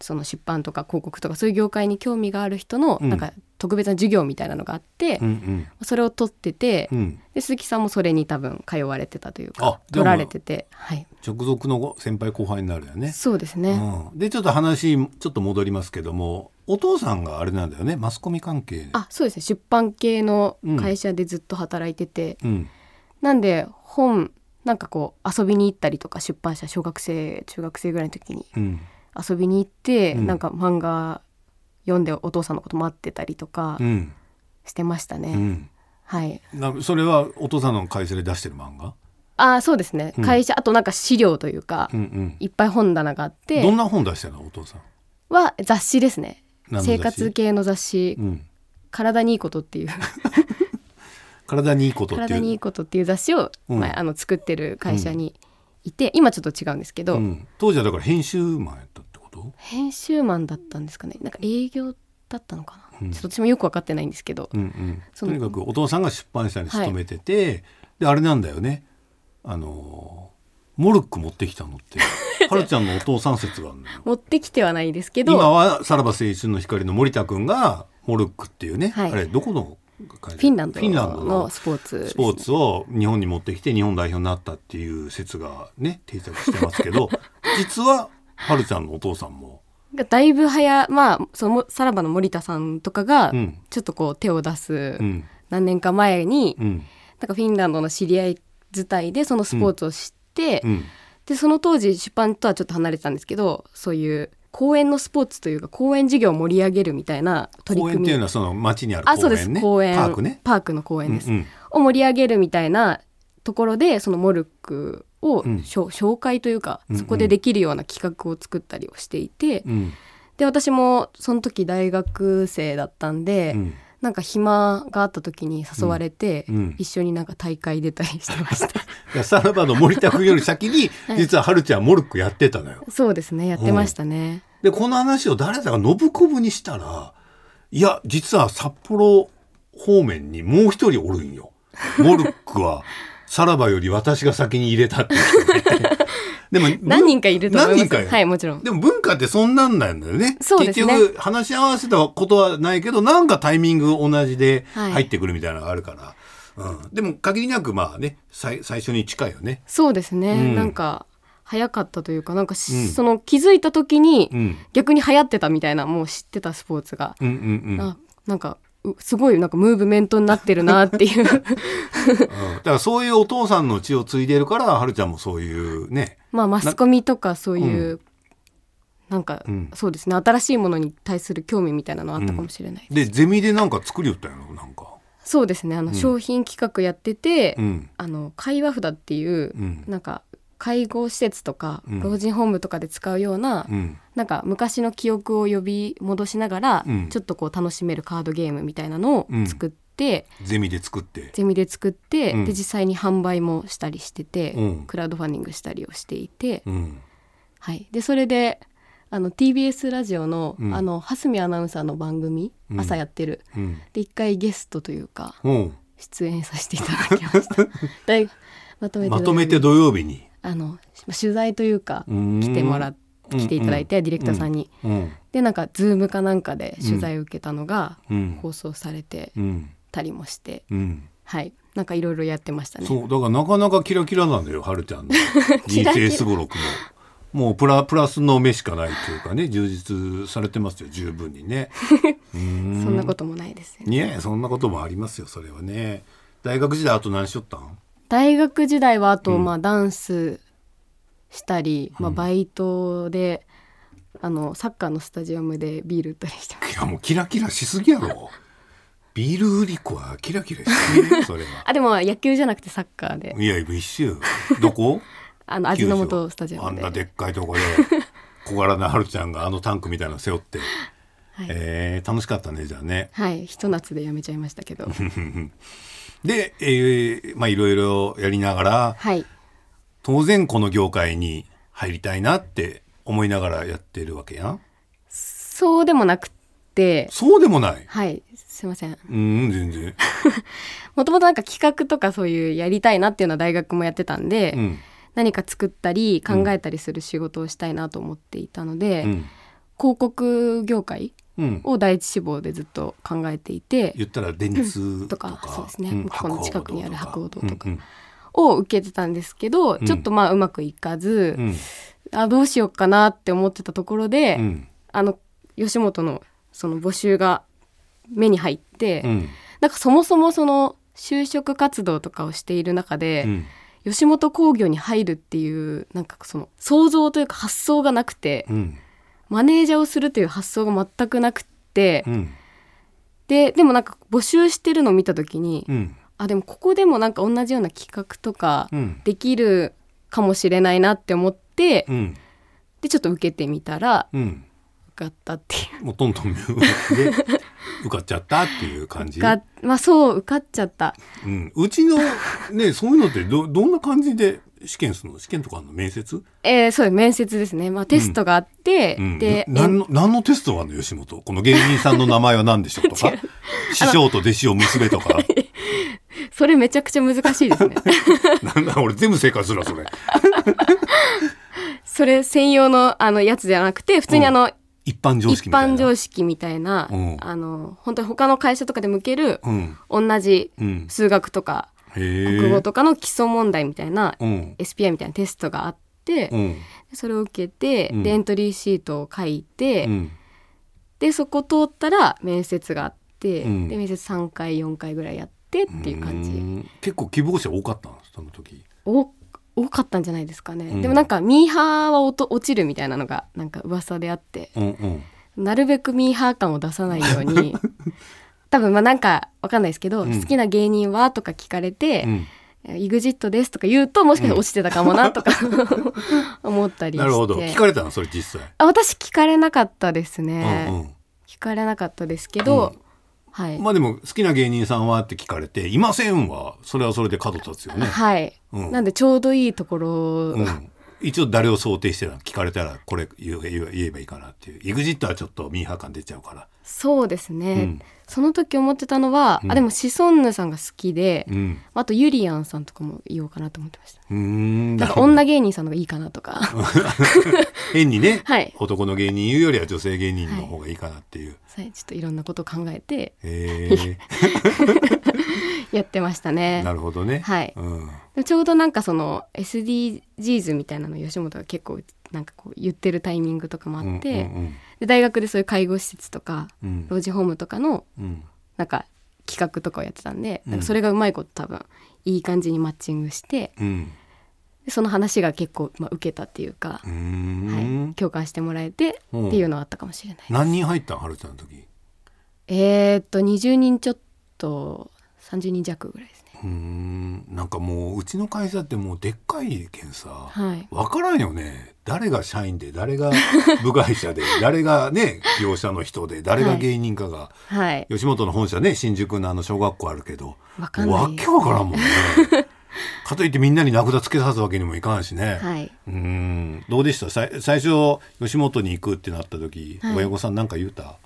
Speaker 2: その出版とか広告とかそういう業界に興味がある人の
Speaker 1: うん
Speaker 2: なんか特別な授業みたいなのがあって、
Speaker 1: うん
Speaker 2: それを取ってて、
Speaker 1: うんうん
Speaker 2: で鈴木さんもそれに多分通われてたという
Speaker 1: あ
Speaker 2: か
Speaker 1: でも
Speaker 2: 取られてて、はい、
Speaker 1: 直属の先輩後輩になるよね
Speaker 2: そうですね、
Speaker 1: うん、でちょっと話ちょっと戻りますけどもお父さんがあれなんだよねマスコミ関係
Speaker 2: あそうですね出版系の会社でずっと働いてて、
Speaker 1: うん
Speaker 2: なんで本なんかこう遊びに行ったりとか出版社小学生中学生ぐらいの時に
Speaker 1: うん
Speaker 2: 遊びに行って、
Speaker 1: うん
Speaker 2: なんか漫画読んでお父さんのこと待ってたりとか
Speaker 1: うん
Speaker 2: してましたね、
Speaker 1: うん
Speaker 2: はい
Speaker 1: なそれはお父さんの会社で出してる漫画
Speaker 2: あそうですね、
Speaker 1: うん
Speaker 2: 会社あとなんか資料というか、
Speaker 1: うん
Speaker 2: いっぱい本棚があっ
Speaker 1: うんどん
Speaker 2: て
Speaker 1: な本出してるのお父さん
Speaker 2: は雑誌ですね
Speaker 1: 何の雑誌
Speaker 2: 生活系の雑誌「
Speaker 1: うん
Speaker 2: 体にいいこと」っ ていう
Speaker 1: 体にいいことっていう
Speaker 2: 体にいいことっていう雑誌を、
Speaker 1: うん
Speaker 2: まあ、あの作ってる会社にいて、今ちょっと違うんですけど、
Speaker 1: うん、当時はだから編集マンやったってこと
Speaker 2: 編集マンだったんですかねなんか営業だったのかな、
Speaker 1: うん
Speaker 2: ちょっと私もよく分かってないんですけど、
Speaker 1: うんうん、と
Speaker 2: その
Speaker 1: にかくお父さんが出版社に勤めてて、であれなんだよねあのーモルック持ってきたのって はるちゃんのお父さん説があるのよ
Speaker 2: 持ってきてはないですけ
Speaker 1: 今
Speaker 2: ど
Speaker 1: はさらば青春の光の森田君がモルックっていうね、
Speaker 2: はい
Speaker 1: あれどこの会社
Speaker 2: フィンランド
Speaker 1: フィンランド
Speaker 2: の
Speaker 1: の
Speaker 2: スポーツですね、
Speaker 1: スポーツを日本に持ってきて日本代表になったっていう説がね定着してますけ ど実ははるちゃんのお父さんも、
Speaker 2: がだいぶ早まあそのさらばの森田さんとかが、
Speaker 1: うん
Speaker 2: ちょっとこう手を出す
Speaker 1: うん
Speaker 2: 何年か前に、
Speaker 1: うん
Speaker 2: なんかフィンランドの知り合い伝いでそのスポーツを知って、
Speaker 1: うん、
Speaker 2: でその当時出版とはちょっと離れてたんですけどそういう公園のスポーツというか公園事業を盛り上げるみたいな取り
Speaker 1: 公園
Speaker 2: 組
Speaker 1: って
Speaker 2: み
Speaker 1: いうのはその町にある
Speaker 2: あそう
Speaker 1: 公
Speaker 2: です
Speaker 1: 園ね
Speaker 2: 公園
Speaker 1: パークね。
Speaker 2: パークの公園です、
Speaker 1: うんうん
Speaker 2: を盛り上げるみたいなところでそのモルックを
Speaker 1: うん
Speaker 2: しょ、紹介というか
Speaker 1: うんうん
Speaker 2: そこでできるような企画を作ったりをしていて、
Speaker 1: うん
Speaker 2: で私もその時大学生だったんで、
Speaker 1: うん
Speaker 2: なんか暇があった時に誘われて、
Speaker 1: うんうん
Speaker 2: 一緒になんか大会出たりしてました
Speaker 1: いやさらばの森田君より先に、
Speaker 2: はい
Speaker 1: 実ははるちゃんモルックやってたのよ。
Speaker 2: そうですねやってましたね、
Speaker 1: でこの話を誰だか信子部にしたらいや実は札幌方面にもう一人おるんよ。モルックは さらばより私が先に入れたって人がいて。で も
Speaker 2: 何人かいると思います
Speaker 1: 何人かよ
Speaker 2: はいもちろん
Speaker 1: でも文化ってそんなんなんだよね。
Speaker 2: そうですね
Speaker 1: 結局話し合わせたことはないけど、なんかタイミング同じで入ってくるみたいなのがあるから。うん、でも限りなくまあね最最初に近いよね。
Speaker 2: そうですね、
Speaker 1: うん
Speaker 2: なんか早かったというかなんかし、
Speaker 1: うん
Speaker 2: その気づいた時に
Speaker 1: うん、
Speaker 2: 逆に流行ってたみたいなもう知ってたスポーツが、
Speaker 1: うんうんうん。うん
Speaker 2: あなんかうすごいなんかムーブメントになってるなっていう
Speaker 1: だからそういうお父さんの血を継いでるから、はるちゃんもそういうね。
Speaker 2: まあマスコミとかそういう、なんか、
Speaker 1: うん
Speaker 2: そうですね新しいものに対する興味みたいなのあったかもしれない、
Speaker 1: でゼミでなんか作りよったよななんか。
Speaker 2: そうですねあの、商品企画やってて、
Speaker 1: うん
Speaker 2: あの会話札っていう、
Speaker 1: うん
Speaker 2: なんか介護施設とか、
Speaker 1: うん
Speaker 2: 老人ホームとかで使うような、
Speaker 1: うん
Speaker 2: なんか昔の記憶を呼び戻しながら、
Speaker 1: うん
Speaker 2: ちょっとこう楽しめるカードゲームみたいなのを作って、
Speaker 1: ゼミで作って。
Speaker 2: ゼミで作って、
Speaker 1: うん
Speaker 2: で実際に販売もしたりしてて、
Speaker 1: うん
Speaker 2: クラウドファンディングしたりをしていて、
Speaker 1: うん
Speaker 2: はい、でそれであの TBS ラジオの,、
Speaker 1: うん
Speaker 2: あの蓮見アナウンサーの番組、
Speaker 1: うん
Speaker 2: 朝やってる
Speaker 1: うん
Speaker 2: で一回ゲストというか
Speaker 1: うん。
Speaker 2: 出演させていただきました だいまとめて
Speaker 1: まとめて土曜日に
Speaker 2: あのま取材というか、来
Speaker 1: 来。
Speaker 2: てもらって来ていただいて、ディレクターさんに、
Speaker 1: うん
Speaker 2: でなんかズームかなんかで取材を受けたのが
Speaker 1: うん
Speaker 2: 放送されて
Speaker 1: うん
Speaker 2: たりもして、
Speaker 1: うん。
Speaker 2: はいなんかいろいろやってましたね
Speaker 1: そうだからなかなかキラキラなんだよはるちゃん の人生すごろくも。もうプラプラスの目しかないというかね充実されてますよ十分に ね。そ
Speaker 2: そんなこともないですね
Speaker 1: いえそんなこともありますよそれはね。大学時代あと何しよったん
Speaker 2: 大学時代はあと、まあダンスしたり、まあ、バイトで、あのサッカーのスタジアムでビール売ったり してました
Speaker 1: いやもうキラキラしすぎやろ。ビール売り子はキラキラしす ぎよそれは。
Speaker 2: あでも野球じゃなくてサッカーで
Speaker 1: いや一周どこ
Speaker 2: あの 味の素スタジア
Speaker 1: あん
Speaker 2: ムで
Speaker 1: なでっかいとこで小柄なはるちゃんがあのタンクみたいなの背負って、
Speaker 2: はい
Speaker 1: えー楽しかったねじゃあね。
Speaker 2: はいひと夏でやめちゃいましたけど
Speaker 1: で、えーまあいろいろやりながら
Speaker 2: はい
Speaker 1: 当然この業界に入りたいなって思いながらやってるわけやん。
Speaker 2: そうでもなくて
Speaker 1: そうでもない。
Speaker 2: はいすいません
Speaker 1: うん全然。
Speaker 2: もともとなんか企画とかそういうやりたいなっていうのは大学もやってたんで、
Speaker 1: うん
Speaker 2: 何か作ったり考えたりする仕事をしたいなと思っていたので、
Speaker 1: うん
Speaker 2: 広告業界
Speaker 1: うん。
Speaker 2: を第一志望でずっと考えていて
Speaker 1: 言ったら電通とか
Speaker 2: とかそうですね
Speaker 1: ん
Speaker 2: 向こうの近くにある博報堂とか
Speaker 1: うんうん
Speaker 2: を受けてたんですけど、
Speaker 1: ん
Speaker 2: ちょっとまあうまくいかず、
Speaker 1: うん
Speaker 2: あどうしようかなって思ってたところで、
Speaker 1: うん
Speaker 2: あの吉本のその募集が目に入って、
Speaker 1: うん
Speaker 2: なんかそもそもその就職活動とかをしている中
Speaker 1: う
Speaker 2: で、
Speaker 1: ん
Speaker 2: 吉本興業に入るっていうなんかその想像というか発想がなくて、
Speaker 1: うん
Speaker 2: マネージャーをするという発想が全くなくて、
Speaker 1: うん
Speaker 2: ででもなんか募集してるのを見た時に、
Speaker 1: うん
Speaker 2: あでもここでもなんか同じような企画とか
Speaker 1: うん
Speaker 2: できるかもしれないなって思って、
Speaker 1: うん
Speaker 2: でちょっと受けてみたら
Speaker 1: うん
Speaker 2: 受かったっていう。
Speaker 1: もうトントンで受かっちゃったっていう感じ。
Speaker 2: がまあそう受かっちゃった
Speaker 1: うん、うちのねそういうのってどどんな感じで試験するの試験とかあんの面接、
Speaker 2: えー、そう面接ですね、まあ、テストがあって、
Speaker 1: うん、
Speaker 2: で、え
Speaker 1: 何の何のテストがあるの吉本この芸人さんの名前は何でしょう とか師匠と弟子を結べとか
Speaker 2: それめちゃくちゃ難しいですね
Speaker 1: なんだ俺全部正解するわそれ
Speaker 2: それ専用のあのやつじゃなくて普通にあの、
Speaker 1: 一般常
Speaker 2: 一
Speaker 1: 識みたいな
Speaker 2: 般常識みたいな、
Speaker 1: うん
Speaker 2: あの本当に他の会社とかで向ける
Speaker 1: うん
Speaker 2: 同じ
Speaker 1: うん
Speaker 2: 数学とか
Speaker 1: へえ
Speaker 2: 国語とかの基礎問題みたいな、
Speaker 1: うん、
Speaker 2: SPI みたいなテストがあって、
Speaker 1: うん
Speaker 2: それを受けて、
Speaker 1: うん
Speaker 2: でエントリーシートを書いて、
Speaker 1: うん
Speaker 2: でそこ通ったら面接があって、
Speaker 1: うん
Speaker 2: で面接3回4回ぐらいやってっていう感じ、
Speaker 1: ん結構希望者多かったんその時
Speaker 2: お多かったんじゃないですかね、
Speaker 1: うん
Speaker 2: でもなんかミーハーは落と落ちるみたいなのがなんか噂であって
Speaker 1: うんうん
Speaker 2: なるべくミーハー感を出さないよ うに多分まあなんかわかんないですけど、
Speaker 1: うん
Speaker 2: 好きな芸人はとか聞かれて
Speaker 1: う、ん
Speaker 2: EXIT ですとか言うともしかしたら落ちてたかもなとか、 思ったりして
Speaker 1: なるほど聞かれたのそれ実際、
Speaker 2: あ私聞かれなかったですね、
Speaker 1: うんうん
Speaker 2: 聞かれなかったですけど、はい、
Speaker 1: まあでも好きな芸人さんはって聞かれて「いませんは」それはそれで角立つよね。
Speaker 2: はい、
Speaker 1: うん
Speaker 2: なんでちょうどいいところ、
Speaker 1: うん、一応誰を想定してたの聞かれたらこれ言う言う言えばいいかなっていう EXIT はちょっとミーハー感出ちゃうから。
Speaker 2: そうですね、
Speaker 1: うん
Speaker 2: その時思ってたのは、
Speaker 1: うん
Speaker 2: あでもシソンヌさんが好きで、
Speaker 1: うん
Speaker 2: あとユリアンさんとかも言おうかなと思ってました
Speaker 1: うーん
Speaker 2: なんか女芸人さんの方がいいかなとか
Speaker 1: 変にね、
Speaker 2: はい
Speaker 1: 男の芸人言うよりは女性芸人の方がいいかなっていう。
Speaker 2: はいちょっといろんなことを考えて
Speaker 1: へ
Speaker 2: やってました
Speaker 1: え
Speaker 2: ね
Speaker 1: なるほどね。
Speaker 2: はい
Speaker 1: うん
Speaker 2: ちょうどなんかその SDGs みたいなのを吉本が結構なんかこう言ってるタイミングとかもあって、
Speaker 1: うん
Speaker 2: で大学でそういう介護施設とか
Speaker 1: うんうん
Speaker 2: 老人ホームとかの
Speaker 1: うん
Speaker 2: なんか企画とかをやってたんで、
Speaker 1: うん
Speaker 2: なんかそれがうまいこと多分いい感じにマッチングして
Speaker 1: うん
Speaker 2: でその話が結構、まあ、受けたっていうか
Speaker 1: うー、ん
Speaker 2: はい、共感してもらえて
Speaker 1: うん
Speaker 2: っていうのはあったかもしれない、
Speaker 1: 何人入ったんはるちゃんの時
Speaker 2: えー、っと20人ちょっと30人弱ぐらいですね
Speaker 1: うーんなんかもううちの会社ってもうでっかいけんさ、
Speaker 2: はい
Speaker 1: 分からんよね誰が社員で誰が部外者で誰がね業者の人で誰が芸人かが、
Speaker 2: はい
Speaker 1: 吉本の本社ね新宿のあの小学校あるけど
Speaker 2: わかんな
Speaker 1: わ
Speaker 2: い
Speaker 1: けわからんもんねかといってみんなに名札つけさすわけにもいかんしね、
Speaker 2: はい、
Speaker 1: うんどうでしたさい最初吉本に行くってなった時、
Speaker 2: はい
Speaker 1: 親御さんなんか言うた、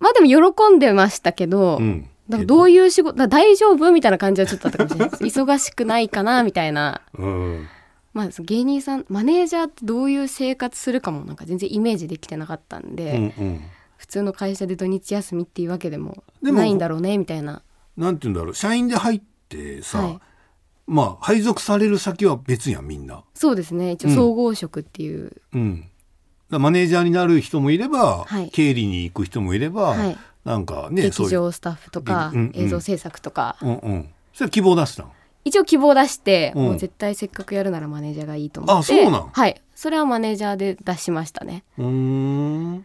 Speaker 2: まあでも喜んでましたけど、
Speaker 1: うん、
Speaker 2: だからどう
Speaker 1: い
Speaker 2: いう仕事だから大丈夫みたいな感じはちょっとあったかもし れないです忙しくないかなみたいな
Speaker 1: う、うん、
Speaker 2: まあその芸人さんマネージャーってどういう生活するかもなんか全然イメージできてなかったんで、
Speaker 1: うんうん
Speaker 2: 普通の会社で土日休みっていうわけでも
Speaker 1: でも
Speaker 2: ないんだろうねみたいな
Speaker 1: なんて言うんだろう社員で入っってさ、
Speaker 2: はい
Speaker 1: まあ配属される先は別やんみんな。
Speaker 2: そうですね一応
Speaker 1: うん
Speaker 2: 総合職っていう、
Speaker 1: うん、だからマネージャーになる人もいれば、
Speaker 2: はい
Speaker 1: 経理に行く人もいれば、
Speaker 2: はい
Speaker 1: なんかね
Speaker 2: 劇
Speaker 1: そういう。
Speaker 2: 場スタッフとか、
Speaker 1: うんうん
Speaker 2: 映像制作とか、
Speaker 1: うんうん、それ希望出したん
Speaker 2: 一応希望出して、
Speaker 1: うん
Speaker 2: もう絶対せっかくやるならマネージャーがいいと思って
Speaker 1: あそうなん
Speaker 2: はいそれはマネージャーで出しましたね
Speaker 1: うーん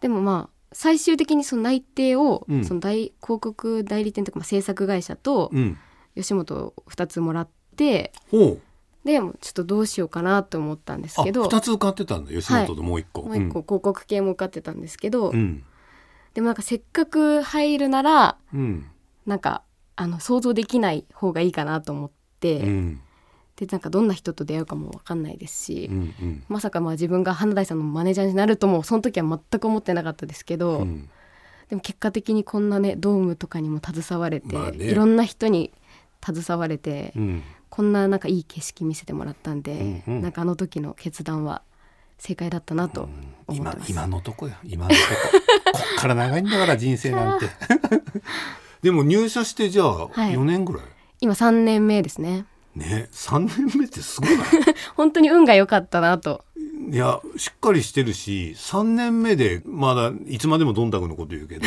Speaker 2: でもまあ最終的にその内定を、
Speaker 1: うん
Speaker 2: その大広告代理店とか、まあ、制作会社と
Speaker 1: うん
Speaker 2: 吉本2つもらって
Speaker 1: ほう
Speaker 2: でもうちょっとどうしようかなと思ったんです
Speaker 1: あ
Speaker 2: けど
Speaker 1: 二つ受かってたんだ吉本ともう一個、
Speaker 2: もう一個広告系も受かってたんですけど、
Speaker 1: うん
Speaker 2: でもなんかせっかく入るなら
Speaker 1: うん
Speaker 2: なんかあの想像できない方がいいかなと思って、
Speaker 1: うん
Speaker 2: でなんかどんな人と出会うかも分かんないですし、
Speaker 1: うんうん
Speaker 2: まさかまあ自分が花大さんのマネージャーになるともその時は全く思ってなかったですけど、
Speaker 1: うん
Speaker 2: でも結果的にこんなねドームとかにも携われて、
Speaker 1: まあね
Speaker 2: いろんな人に携われて、
Speaker 1: うん
Speaker 2: こんななんかいい景色見せてもらったんで、
Speaker 1: うんうん
Speaker 2: なんかあの時の決断は正解だったなと思っ
Speaker 1: 今
Speaker 2: てます。
Speaker 1: 今のとこよ今のとこ こっから長いんだから人生なんてでも入社してじゃあ
Speaker 2: はい
Speaker 1: 4年ぐらい、
Speaker 2: 今3年目ですね
Speaker 1: ね3年目ってすごいな
Speaker 2: 本当に運が良かったなと
Speaker 1: いやしっかりしてるし3年目でまだいつまでもどんたくのこと言うけ ど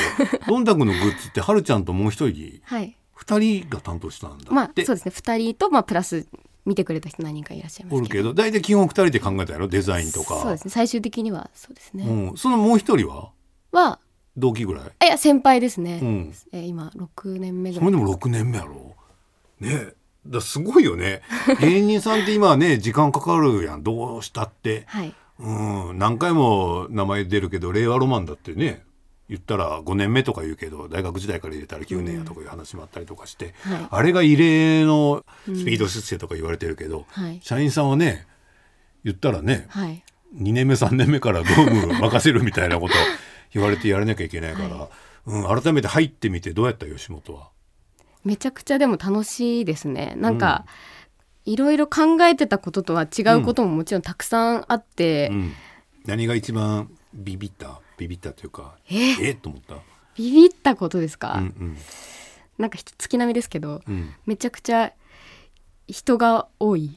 Speaker 1: どんたくのグッズってはるちゃんともう一人
Speaker 2: はい
Speaker 1: 2人が担当したんだって、
Speaker 2: まあそうですね2人と、まあ、プラス見てくれた人何人かいらっしゃいま
Speaker 1: お
Speaker 2: す
Speaker 1: る
Speaker 2: けど
Speaker 1: けど大体基本2人で考えたやろデザインとか
Speaker 2: そうですね最終的にはそうですね、
Speaker 1: うん、そのもう一人は
Speaker 2: は
Speaker 1: 同期ぐらい
Speaker 2: あいや先輩ですね、
Speaker 1: うん
Speaker 2: えー今6年目ぐ
Speaker 1: そ
Speaker 2: ら
Speaker 1: れ
Speaker 2: い
Speaker 1: でも6年目やろねえだからすごいよね芸人さんって今はね 時間かかるやんどうしたって
Speaker 2: はい
Speaker 1: うん何回も名前出るけど令和ロマンだってね言ったら5年目とか言うけど大学時代から入れたら9年やとかいう話もあったりとかして、
Speaker 2: はい
Speaker 1: あれが異例のスピード出世とか言われてるけど、
Speaker 2: はい
Speaker 1: 社員さんはね言ったらね
Speaker 2: はい
Speaker 1: 2年目3年目からドーム任せるみたいなこと言われてやらなきゃいけないから、うん、改めて入ってみてどうやった吉本は。
Speaker 2: めちゃくちゃでも楽しいですねなんか、いろいろ考えてたこととは違うことももちろんたくさんあって、
Speaker 1: うん、何が一番ビビったビビったというかええと思った。
Speaker 2: ビビったことですか、
Speaker 1: うんうん
Speaker 2: なんかひ月並みですけど、
Speaker 1: うん
Speaker 2: めちゃくちゃ人が多い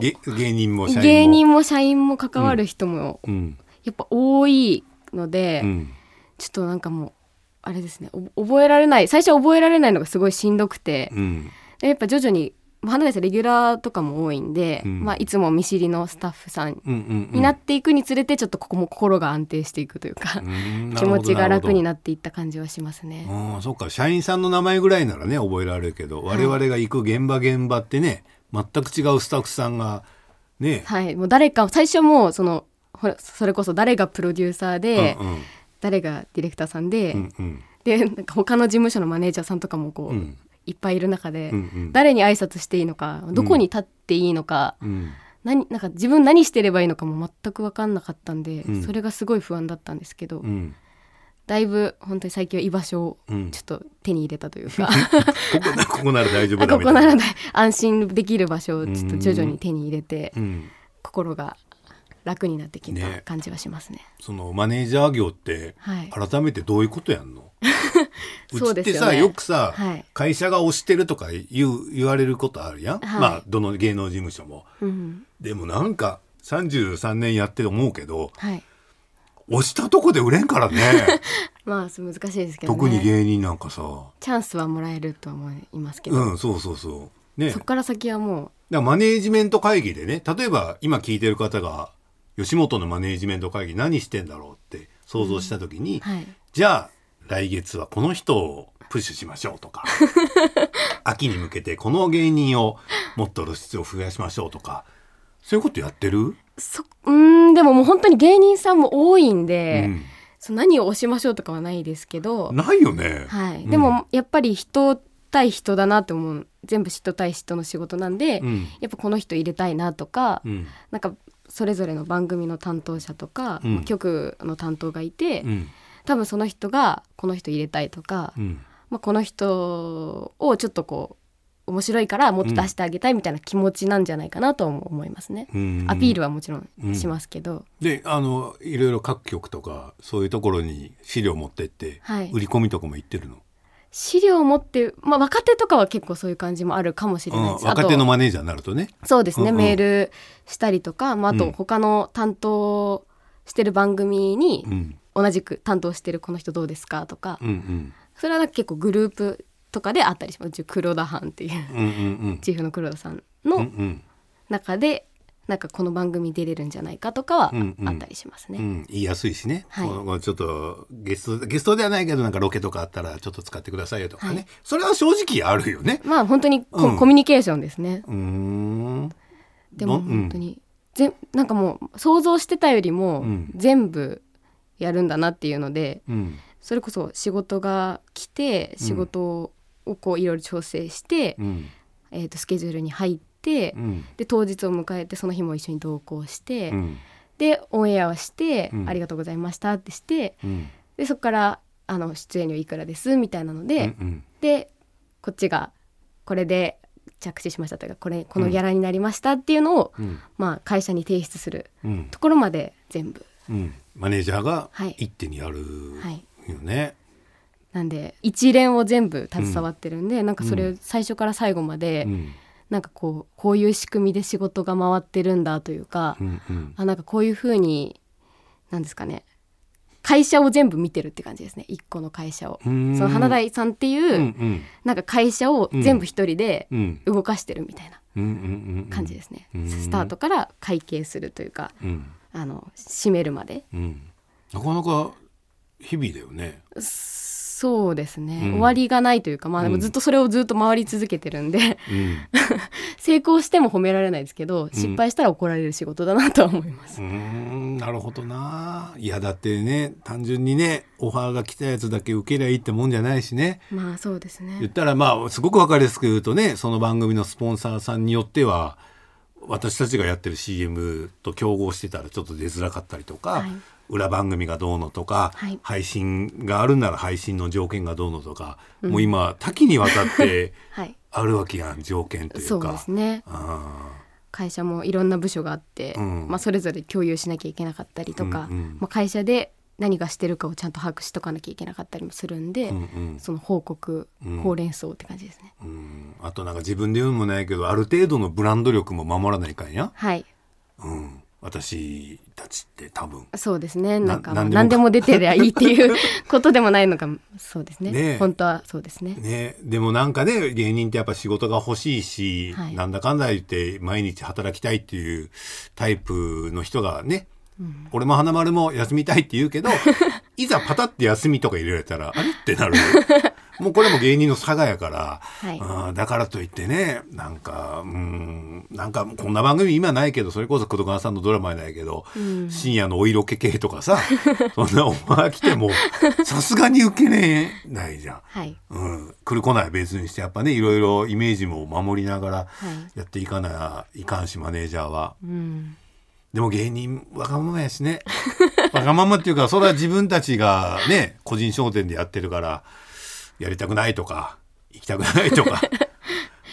Speaker 1: げ芸人も社員も
Speaker 2: 芸人も社員も関わる人も
Speaker 1: うん
Speaker 2: やっぱ多いので、
Speaker 1: うん
Speaker 2: ちょっとなんかもうあれですねお覚えられない最初覚えられないのがすごいしんどくて、
Speaker 1: うん
Speaker 2: でやっぱ徐々にまあ花田さんレギュラーとかも多いんで、
Speaker 1: うん
Speaker 2: まあ、いつも見知りのスタッフさん
Speaker 1: うんうん
Speaker 2: になっていくにつれてちょっとここも心が安定していくというか、
Speaker 1: うん
Speaker 2: 気持ちが楽に
Speaker 1: なる
Speaker 2: なっていった感じはしますね
Speaker 1: ほ。どうん、そっか社員さんの名前ぐらいならね覚えられるけど我々が行く現場現場ってね全く違うスタッフさんがね、
Speaker 2: はい、もう誰か最初もうそのほらそれこそ誰がプロデューサーで、
Speaker 1: うんうん
Speaker 2: 誰がディレクターさんで、
Speaker 1: うんうん
Speaker 2: でなんか他の事務所のマネージャーさんとかもこ
Speaker 1: う
Speaker 2: う、
Speaker 1: ん
Speaker 2: いっぱいいる中で、
Speaker 1: うんうん
Speaker 2: 誰に挨拶していいのかどこに立っていいのか、
Speaker 1: うん
Speaker 2: 何なんか自分何してればいいのかも全く分かんなかったんで、
Speaker 1: うん
Speaker 2: それがすごい不安だったんですけど、
Speaker 1: うん
Speaker 2: だいぶ本当に最近は居場所を
Speaker 1: うん
Speaker 2: ちょっと手に入れたという か、
Speaker 1: ここなここなら大丈夫
Speaker 2: あ
Speaker 1: だ
Speaker 2: こ
Speaker 1: み
Speaker 2: こ
Speaker 1: たいな。
Speaker 2: ならない安心できる場所をちょっと徐々に手に入れて、
Speaker 1: うん、
Speaker 2: 心が楽になってき
Speaker 1: ね
Speaker 2: た感じはしますね。
Speaker 1: そのマネージャー業って
Speaker 2: はい
Speaker 1: 改めてどういうことやんの、う
Speaker 2: そう
Speaker 1: ちっ
Speaker 2: です
Speaker 1: て
Speaker 2: よね
Speaker 1: さよくさ、
Speaker 2: はい
Speaker 1: 会社が推してるとか言う言われることあるやん、
Speaker 2: はい
Speaker 1: まあどの芸能事務所も。
Speaker 2: うん
Speaker 1: でもなんか33年やって思うけど
Speaker 2: はい、
Speaker 1: 推したとこで売れんから ね
Speaker 2: まあそう難しいですけど、ね、
Speaker 1: 特に芸人なんかさ。
Speaker 2: チャンスはもらえるとは思いますけど、
Speaker 1: うんそうそうそう。ね
Speaker 2: そこから先はも
Speaker 1: だからマネージメント会議でね例えば今聞いてる方が吉本のマネージメント会議何してんだろうって想像した時に、
Speaker 2: う、はい、
Speaker 1: じゃあ来月はこの人をプッシュしましょうと か秋に向けてこの芸人をもっと露出を増やしましょうとかそういうことやってる、
Speaker 2: そうーんでももう本当に芸人さんも多いんで、
Speaker 1: うん
Speaker 2: そう何を押しましょうとかはないですけど、
Speaker 1: ないよね。
Speaker 2: はい、
Speaker 1: うん
Speaker 2: でもやっぱり人対人だなって思う全部人対人の仕事なんで、
Speaker 1: うん
Speaker 2: やっぱこの人入れたいなとか、
Speaker 1: うん
Speaker 2: なんかそれぞれの番組の担当者とか、
Speaker 1: うん
Speaker 2: まあ局の担当がいて、
Speaker 1: うん
Speaker 2: 多分その人がこの人入れたいとか、
Speaker 1: うん
Speaker 2: まあ、この人をちょっとこう面白いからもっと出してあげたいみたいな気持ちなんじゃないかなとも思いますね。
Speaker 1: うん
Speaker 2: アピールはもちろんしますけど、
Speaker 1: であのいろいろ各局とかそういうところに資料持ってって、
Speaker 2: はい
Speaker 1: 売り込みとかも行ってるの
Speaker 2: 資料を持って、まあ、若手とかは結構そういう感じもあるかもしれないです、
Speaker 1: うん
Speaker 2: あと
Speaker 1: 若手のマネージャーになるとね
Speaker 2: そうですね、
Speaker 1: うんうん
Speaker 2: メールしたりとか、まあ、あ
Speaker 1: う
Speaker 2: と
Speaker 1: ん
Speaker 2: 他の担当してる番組に
Speaker 1: うん
Speaker 2: 同じく担当してるこの人どうですかとか、
Speaker 1: うんうん
Speaker 2: それはなんか結構グループとかであったりしますうち黒田班っていう
Speaker 1: うんうん
Speaker 2: チーフの黒田さん
Speaker 1: うんうんう
Speaker 2: の
Speaker 1: ん
Speaker 2: 中で、なんかこの番組出れるんじゃないかとかは
Speaker 1: うんうん
Speaker 2: あったりしますね。
Speaker 1: うん、言いやすいしね、
Speaker 2: はい
Speaker 1: このちょっとゲストゲストではないけどなんかロケとかあったらちょっと使ってくださいよとかね、
Speaker 2: はい
Speaker 1: それは正直あるよね。
Speaker 2: まあ本当にコ,、
Speaker 1: うん
Speaker 2: コミュニケーションですね。
Speaker 1: うーん
Speaker 2: でも
Speaker 1: どうん
Speaker 2: 本当に、ぜんなんかもう想像してたよりも
Speaker 1: うん
Speaker 2: 全部やるんだなっていうので、
Speaker 1: うん
Speaker 2: それこそ仕事が来て
Speaker 1: うん
Speaker 2: 仕事をこういろいろ調整して、
Speaker 1: うん
Speaker 2: えー、とスケジュールに入って、
Speaker 1: うん
Speaker 2: で当日を迎えてその日も一緒に同行して、
Speaker 1: うん
Speaker 2: でオンエアをして、
Speaker 1: うん
Speaker 2: ありがとうございました」ってして
Speaker 1: うん
Speaker 2: でそこからあの出演料いくらですみたいなので、
Speaker 1: うん
Speaker 2: でこっちがこれで着手しましたというかこれこのギャラになりましたっていうのを、
Speaker 1: うん
Speaker 2: まあ、会社に提出する
Speaker 1: うん
Speaker 2: ところまで全部
Speaker 1: うんマネージャーが
Speaker 2: はい
Speaker 1: 一手にやる
Speaker 2: はい
Speaker 1: よね。
Speaker 2: なんで一連を全部携わってるんで、なんかそれ
Speaker 1: う
Speaker 2: を最初から最後まで、
Speaker 1: うん
Speaker 2: なんかこうこういう仕組みで仕事が回ってるんだというか、
Speaker 1: うんうん
Speaker 2: あなんかこういうふうになんですかね会社を全部見てるって感じですね一個の会社を。
Speaker 1: う
Speaker 2: そ
Speaker 1: ん
Speaker 2: の花大さんっていう、
Speaker 1: うんうん
Speaker 2: なんか会社を全部一人で
Speaker 1: うん
Speaker 2: 動かしてるみたいな
Speaker 1: うんうんうん
Speaker 2: 感じですね、
Speaker 1: うん
Speaker 2: スタートから会計するというか
Speaker 1: うん
Speaker 2: あの締めるまで
Speaker 1: うんなかなか日々だよね。
Speaker 2: そうですね、
Speaker 1: うん
Speaker 2: 終わりがないというかまあで
Speaker 1: う
Speaker 2: も
Speaker 1: ん
Speaker 2: ずっとそれをずっと回り続けてるんで
Speaker 1: うん
Speaker 2: 成功しても褒められないですけど失敗したら怒られる仕事だなとは思います、
Speaker 1: うーんなるほどないやだってね単純にねオファーが来たやつだけ受けりゃいいってもんじゃないしね
Speaker 2: まあそうです
Speaker 1: 言っ
Speaker 2: ね
Speaker 1: たらまあすごく分かりやすく言うとねその番組のスポンサーさんによっては私たちがやってる CM と競合してたらちょっと出づらかったりとか、
Speaker 2: はい
Speaker 1: 裏番組がどうのとか、
Speaker 2: はい
Speaker 1: 配信があるなら配信の条件がどうのとか、もう今多岐にわたって
Speaker 2: はい
Speaker 1: あるわけやん条件とい
Speaker 2: そううで
Speaker 1: か
Speaker 2: す。ね
Speaker 1: あ
Speaker 2: 会社もいろんな部署があって、
Speaker 1: うん
Speaker 2: まあ、それぞれ共有しなきゃいけなかったりとか、
Speaker 1: うんうん
Speaker 2: まあ、会社で何がしてるかをちゃんと把握しとかなきゃいけなかったりもするん
Speaker 1: ー
Speaker 2: で、
Speaker 1: うんうん
Speaker 2: その報告、
Speaker 1: うん
Speaker 2: ほうれん草って感じですね。
Speaker 1: うんあとなんか自分で言うのもないけどある程度のブランド力も守らないかんや、
Speaker 2: はい
Speaker 1: うん、私たちって多分
Speaker 2: そうですね
Speaker 1: な
Speaker 2: なんかまあ
Speaker 1: 何
Speaker 2: 何
Speaker 1: で
Speaker 2: で
Speaker 1: も
Speaker 2: も出てりゃいいって いうことでもないのかそうですね
Speaker 1: ねえ
Speaker 2: 本当はそうですね
Speaker 1: ねでもなんかね芸人ってやっぱ仕事が欲しいし、
Speaker 2: はい
Speaker 1: なんだかんだ言って毎日働きたいっていうタイプの人がね、俺も花丸も休みたいって言う けどいざパタって休みとか入れられたらあれってなるもうこれも芸人の差がやから、
Speaker 2: はい
Speaker 1: うんだからといってねなんかうんなんかこんな番組今ないけどそれこそ黒川さんのドラマやないけど、
Speaker 2: うん
Speaker 1: 深夜のお色気系とかさそんなお前来 てもさすがに受けねえないじゃん。
Speaker 2: はい
Speaker 1: うん、来る来ない別にしてやっぱねいろいろイメージも守りながら
Speaker 2: はい
Speaker 1: やっていかないいかんしマネージャーは
Speaker 2: うん
Speaker 1: でも芸人わがままやしね わがままっていうかそれは自分たちがね個人商店でやってるからやりたくないとか行きたくないと か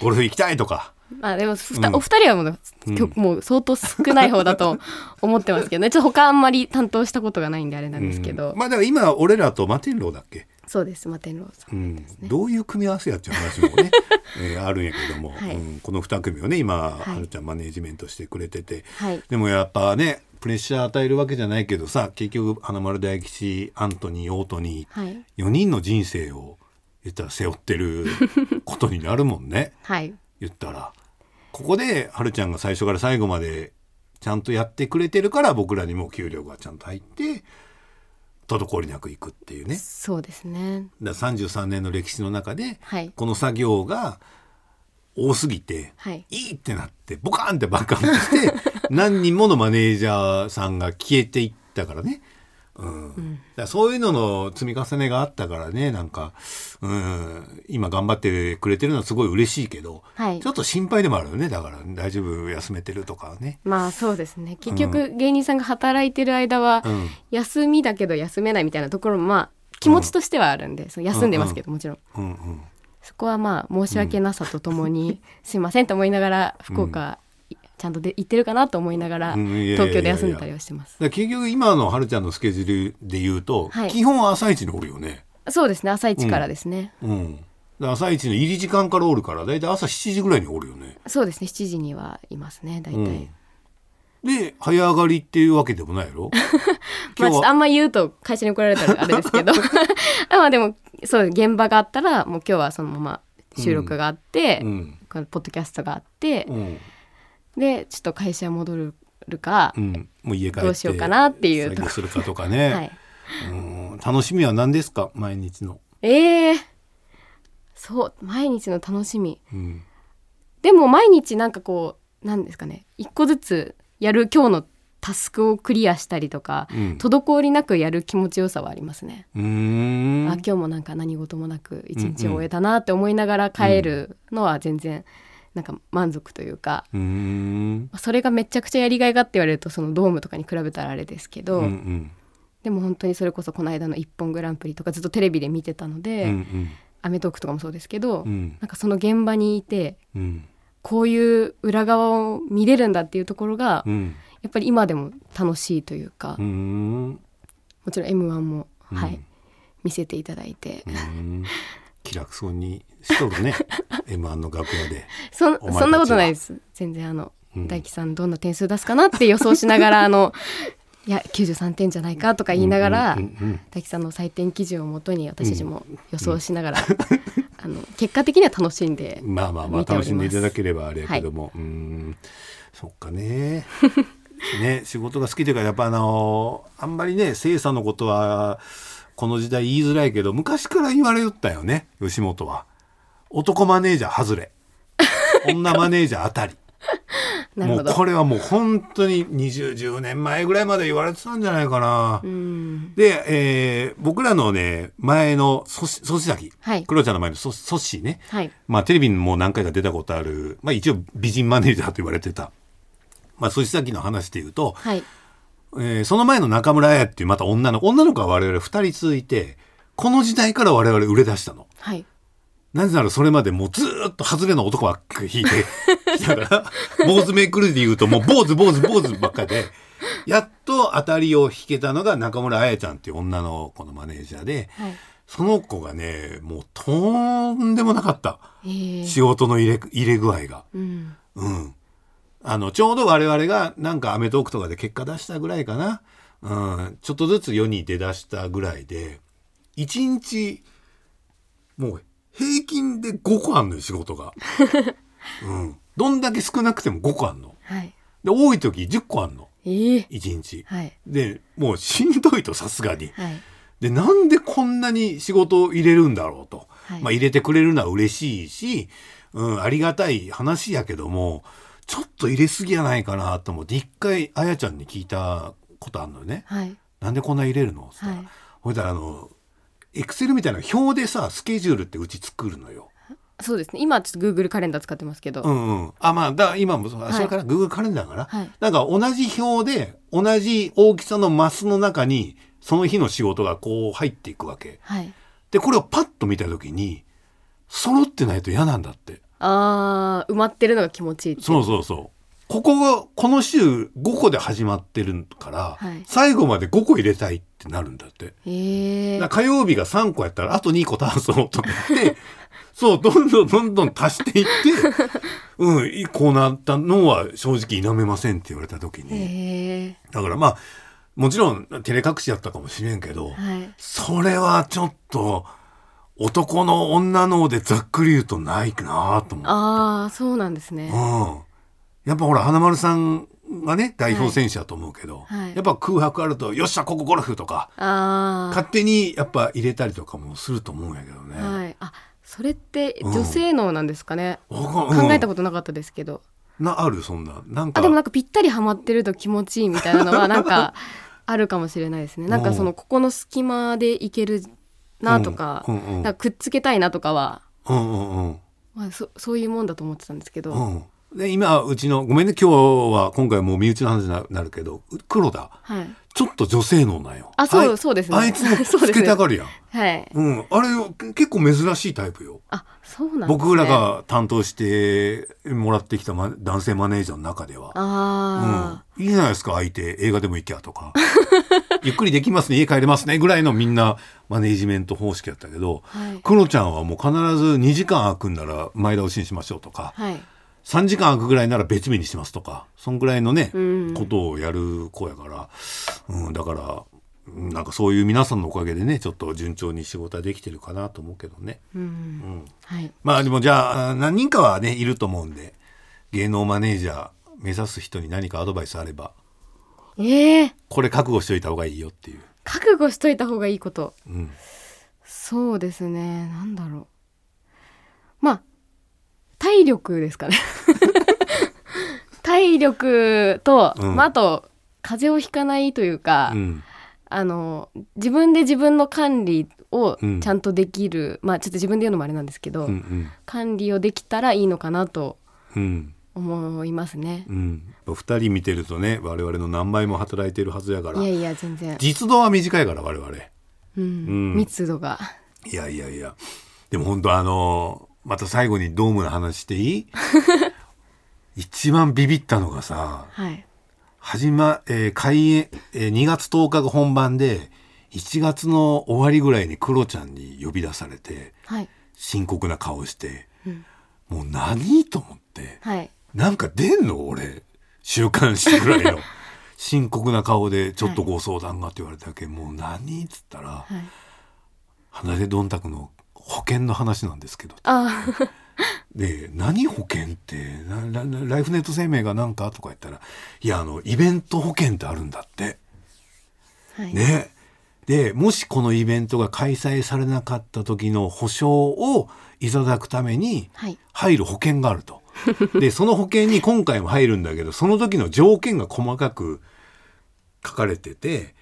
Speaker 1: ゴルフ行きたいとか
Speaker 2: まあでもふた
Speaker 1: うん
Speaker 2: お二人はもう,、もう相当少ない方だと思ってますけ どねちょっと他あんまり担当したことがないんであれなんですけど、
Speaker 1: うんまあだから今俺らとマテンローだっけ、
Speaker 2: そうですマテンローさん、
Speaker 1: うんどういう組み合わせやっちゃう話もね、 えーあるんやけども、
Speaker 2: はい
Speaker 1: うんこの2組をね今、
Speaker 2: い
Speaker 1: はるちゃんマネージメントしてくれてて、
Speaker 2: はい
Speaker 1: でもやっぱねプレッシャー与えるわけじゃないけどさ結局花丸大吉アントニーオートニー
Speaker 2: はい
Speaker 1: 4人の人生を言ったら背負ってることになるもん ね
Speaker 2: はい
Speaker 1: 言ったらここではるちゃんが最初から最後までちゃんとやってくれてるから僕らにも給料がちゃんと入って滞りなくいくっていうね
Speaker 2: そうですね
Speaker 1: だから33年の歴史の中で
Speaker 2: はい
Speaker 1: この作業が多すぎて
Speaker 2: はい
Speaker 1: いいってなってボカーンって爆発して何人ものマネージャーさんが消えていったからね、うんだからそういうのの積み重ねがあったからねなんか、うん、今頑張ってくれてるのはすごい嬉しいけど、
Speaker 2: はい
Speaker 1: ちょっと心配でもあるよねだから大丈夫休めてるとかね。
Speaker 2: まあそうですね結局芸人さんが働いてる間は、
Speaker 1: うん
Speaker 2: 休みだけど休めないみたいなところもまあ気持ちとしてはあるんで、その休んでますけどもちろん
Speaker 1: うんうん
Speaker 2: そこはまあ申し訳なさとともに、すいませんと思いながら福岡、ちゃんとで行ってるかなと思いながら、
Speaker 1: うんいやいやいや
Speaker 2: 東京で休んでたりはしてます。
Speaker 1: だから結局今のはるちゃんのスケジュールで言うと、
Speaker 2: はい
Speaker 1: 基本は朝一におるよね。
Speaker 2: そうですね朝一からですね、
Speaker 1: うんで朝一の入り時間からおるから大体朝7時ぐらいにおるよね、
Speaker 2: そうですね7時にはいますね大体、
Speaker 1: うん、で早上がりっていうわけでもないや ろ
Speaker 2: ま
Speaker 1: 今
Speaker 2: あ
Speaker 1: 日
Speaker 2: ちょっとあ
Speaker 1: は
Speaker 2: んま言うと会社に怒られたらあれです けどあまあでもそう現場があったらもう今日はそのまま収録があって、
Speaker 1: うん
Speaker 2: このポッドキャストがあって、
Speaker 1: うん
Speaker 2: でちょっと会社戻るか、
Speaker 1: うん、もう家帰って
Speaker 2: どうしようかなっていう
Speaker 1: 作業するかとかね、
Speaker 2: はい、
Speaker 1: うん楽しみは何ですか毎日の、
Speaker 2: えー、そう毎日の楽しみ
Speaker 1: うん、
Speaker 2: でも毎日なんかこうなんですかね一個ずつやる今日のタスクをクリアしたりとか、
Speaker 1: うん
Speaker 2: 滞りなくやる気持ちよさはありますね、
Speaker 1: うーん
Speaker 2: あ今日もなんか何事もなく一日を終えたなって思いながら帰るのは全然なんか満足というか、
Speaker 1: うーん
Speaker 2: それがめちゃくちゃやりがいがあって言われるとそのドームとかに比べたらあれですけ
Speaker 1: う
Speaker 2: ど、
Speaker 1: んうん
Speaker 2: でも本当にそれこそこの間の「一本グランプリ」とかずっとテレビで見てたの
Speaker 1: う
Speaker 2: で
Speaker 1: ん
Speaker 2: 『アメトーーク』とかもそうですけど、
Speaker 1: うん
Speaker 2: なんかその現場にいて
Speaker 1: うん
Speaker 2: こういう裏側を見れるんだっていうところが、
Speaker 1: うん
Speaker 2: やっぱり今でも楽しいというか、
Speaker 1: うーん
Speaker 2: もちろん m 1も、
Speaker 1: うん
Speaker 2: はい見せていただいて、
Speaker 1: うー ん気楽そうにしとるね M1 の楽屋で、
Speaker 2: そん
Speaker 1: お前たちは
Speaker 2: そんなことないです全然あの、
Speaker 1: うん
Speaker 2: 大樹さんどんな点数出すかなって予想しながら あのいや93点じゃないかとか言いながら、
Speaker 1: うんうんうんうん
Speaker 2: 大樹さんの採点基準をもとに私たちも予想しながら、 あの結果的には楽しんで、
Speaker 1: まあまあまあ
Speaker 2: 見てお
Speaker 1: 楽
Speaker 2: ります
Speaker 1: しんでいただければあれやけども、うーんそっかね ね仕事が好きというかやっぱあのあんまりね精査のことはこの時代言いづらいけど昔から言われよったよね吉本は男マネージャー外 れ女マネージャー当たり
Speaker 2: なる
Speaker 1: も
Speaker 2: ほ
Speaker 1: う
Speaker 2: ど。
Speaker 1: これはもう本当に20 10年前ぐらいまで言われてたんじゃないかな、
Speaker 2: うん
Speaker 1: で、えー僕らのね前のソシソシザキ
Speaker 2: はい
Speaker 1: クロちゃんの前のソシソシね、
Speaker 2: はい
Speaker 1: まあ、テレビにも何回か出たことある、まあ、一応美人マネージャーと言われてた、まあ、そし先の話で言うと、
Speaker 2: はい
Speaker 1: えーその前の中村彩っていうまた女の子女の子は我々2人続いてこの時代から我々売れ出したの。
Speaker 2: はい
Speaker 1: なぜならそれまでもうずーっと外れの男ばっかり引いてきたから坊主めくるで言うともう坊主坊主坊主ばっかでやっと当たりを引けたのが中村彩ちゃんっていう女の子のマネージャーで
Speaker 2: はい
Speaker 1: その子がねもうとんでもなかった。
Speaker 2: えー
Speaker 1: 仕事の入れ入れ具合が。
Speaker 2: うん
Speaker 1: うん。あの、ちょうど我々がなんかアメトークとかで結果出したぐらいかな。うん。ちょっとずつ世に出だしたぐらいで、1日、もう平均で5個あんのよ、仕事が。うん。どんだけ少なくても5個あんの。
Speaker 2: はい
Speaker 1: で、多い時10個あんの、
Speaker 2: えー
Speaker 1: 1日。
Speaker 2: はい
Speaker 1: で、もうしんどいとさすがに。
Speaker 2: はい
Speaker 1: でなんでこんなに仕事を入れるんだろうと、
Speaker 2: はい
Speaker 1: まあ、入れてくれるのは嬉しいし、うん、ありがたい話やけどもちょっと入れすぎやないかなと思って一回あやちゃんに聞いたことあるのよね。
Speaker 2: はい
Speaker 1: なんでこんな入れるのって言ったら
Speaker 2: はい
Speaker 1: ほいだらあのエクセルみたいな表でさスケジュールってうち作るのよ。
Speaker 2: そうですね今ちょっと Google カレンダー使ってますけど、
Speaker 1: うんうん、あまあだから今もそう
Speaker 2: はい
Speaker 1: それから Google カレンダーかな、
Speaker 2: はい
Speaker 1: なんか同じ表で同じ大きさのマスの中にその日の仕事がこう入っていくわけ。
Speaker 2: はい
Speaker 1: でこれをパッと見た時に揃ってないと嫌なんだって
Speaker 2: あー埋まってるのが気持ちいいって
Speaker 1: そうそうそうここがこの週5個で始まってるから、
Speaker 2: はい
Speaker 1: 最後まで5個入れたいってなるんだって
Speaker 2: え
Speaker 1: だ
Speaker 2: ー、
Speaker 1: から火曜日が3個やったらあと2個足そうとか言って そうどんどんどんどん足していっ て、うん、いこうなったのは正直否めませんって言われた時
Speaker 2: え
Speaker 1: に
Speaker 2: ー、
Speaker 1: だからまあもちろん照れ隠しやったかもしれんけど、
Speaker 2: はい
Speaker 1: それはちょっと男の女の方でざっくり言うとないなと思う。
Speaker 2: ああそうなんですね、
Speaker 1: うん、やっぱほら花丸さんがね代表選手だと思うけど、
Speaker 2: はいはい
Speaker 1: やっぱ空白あると「よっしゃここゴルフ」とか
Speaker 2: ああ
Speaker 1: 勝手にやっぱ入れたりとかもすると思うんやけどね。
Speaker 2: はいあそれって
Speaker 1: うん
Speaker 2: 女性能なんですかね、
Speaker 1: 考
Speaker 2: 考えた
Speaker 1: こ
Speaker 2: ことなかったですけど、
Speaker 1: となあるそんななんか
Speaker 2: あでもなんかぴったりはまってると気持ちいいみたいなの はなんかあるかもしれないですねなんかそのここの隙間でいけるなとか,、
Speaker 1: うんうんうん
Speaker 2: なんかくっつけたいなとかは、
Speaker 1: うんうんうん
Speaker 2: まあ、そそういうもんだと思ってたんですけど、
Speaker 1: うん、で今うちのごめんね今日は今回もう身内の話にななるけど黒田
Speaker 2: はい
Speaker 1: ちょっと女性能なんよ
Speaker 2: あそう
Speaker 1: い
Speaker 2: そうですね
Speaker 1: あいつも
Speaker 2: そう
Speaker 1: つ
Speaker 2: です
Speaker 1: け
Speaker 2: ね
Speaker 1: たがるやん
Speaker 2: はい
Speaker 1: うん、あれ結構珍しいタイプよ。
Speaker 2: あそうなんです、ね、
Speaker 1: 僕らが担当してもらってきたま男性マネージャーの中では。
Speaker 2: あ
Speaker 1: うん、いいじゃないですか相手映画でも行きゃとか ゆっくりできますね家帰れますねぐらいのみんなマネージメント方式やったけど、
Speaker 2: はい
Speaker 1: クロちゃんはもう必ず2時間空くんなら前倒しにしましょうとか、
Speaker 2: はい
Speaker 1: 3時間空くぐらいなら別日にしますとかそんぐらいのね、
Speaker 2: うん
Speaker 1: ことをやる子やから、うん、だからうんなんかそういう皆さんのおかげでねちょっと順調に仕事はできてるかなと思うけどね。
Speaker 2: う
Speaker 1: うんん
Speaker 2: はい
Speaker 1: まあでもじゃあ何人かはねいると思うんで芸能マネージャー目指す人に何かアドバイスあれば
Speaker 2: えー、
Speaker 1: これ覚悟しといた方がいいよっていう、
Speaker 2: 覚悟しといた方がいいこと
Speaker 1: うん、
Speaker 2: そうですねなんだろうまあ体力ですかね 体力と、
Speaker 1: うん
Speaker 2: まあ、あと風邪をひかないというか、
Speaker 1: うん
Speaker 2: あの自分で自分の管理を
Speaker 1: うん
Speaker 2: ちゃんとできる、まあちょっと自分で言うのもあれなんですけど、
Speaker 1: うんうん
Speaker 2: 管理をできたらいいのかなと
Speaker 1: うん
Speaker 2: 思いますね。
Speaker 1: うんやっぱ2人見てるとね我々の何倍も働いてるはずやから
Speaker 2: いやいや全然、
Speaker 1: 実動は短いから我々
Speaker 2: う
Speaker 1: う
Speaker 2: ん
Speaker 1: ん
Speaker 2: 密度が
Speaker 1: いやいやいやでも本当あのまた最後にドームの話してい い一番ビビったのがさ
Speaker 2: はい
Speaker 1: 始ま、えー開演、えー2月10日が本番で、1月の終わりぐらいにクロちゃんに呼び出されて、
Speaker 2: はい、
Speaker 1: 深刻な顔して、
Speaker 2: うん
Speaker 1: もう何と思って、
Speaker 2: はい
Speaker 1: なんか出んの俺、週刊誌ぐらい の。深刻な顔で、ちょっとご相談がって言われたけ、もう何っつったら、
Speaker 2: はい
Speaker 1: 花でどんたくの保険の話なんですけど、
Speaker 2: あー
Speaker 1: で「何保険ってなラライフネット生命がなんか?」とか言ったら「いやあのイベント保険ってあるんだって」
Speaker 2: はい、
Speaker 1: ね。でもしこのイベントが開催されなかった時の保証をいただくために
Speaker 2: はい
Speaker 1: 入る保険があると。でその保険に今回も入るんだけどその時の条件が細かく書かれてて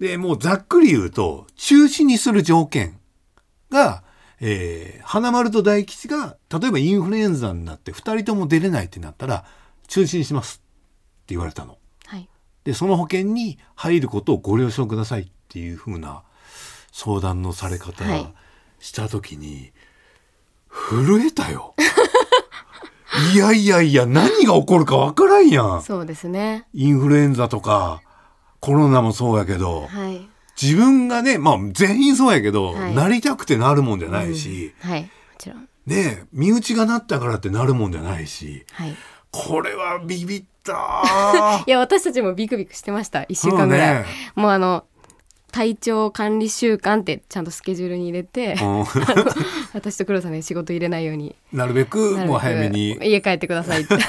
Speaker 1: でもうざっくり言うと中止にする条件が、えー花丸と大吉が例えばインフルエンザになって2人とも出れないってなったら中止にしますって言われたの。
Speaker 2: はい
Speaker 1: でその保険に入ることをご了承くださいっていうふうな相談のされ方
Speaker 2: はい
Speaker 1: した時に、震えたよ いやいやいや何が起こるかわからんやん
Speaker 2: そうですね
Speaker 1: インフルエンザとかコロナもそうやけど
Speaker 2: はい
Speaker 1: 自分がねまあ全員そうやけど、
Speaker 2: はい
Speaker 1: なりたくてなるもんじゃないし、
Speaker 2: うんはいもちろん
Speaker 1: ねえ身内がなったからってなるもんじゃないし
Speaker 2: はい
Speaker 1: これはビビった
Speaker 2: いや私たちもビクビクしてました1週間ぐらい、
Speaker 1: そうね
Speaker 2: もうあの体調管理週間ってちゃんとスケジュールに入れて、
Speaker 1: うん
Speaker 2: 私と黒さんに仕事入れないように
Speaker 1: なるべく
Speaker 2: なるべく
Speaker 1: もう早めに
Speaker 2: 家帰ってくださいって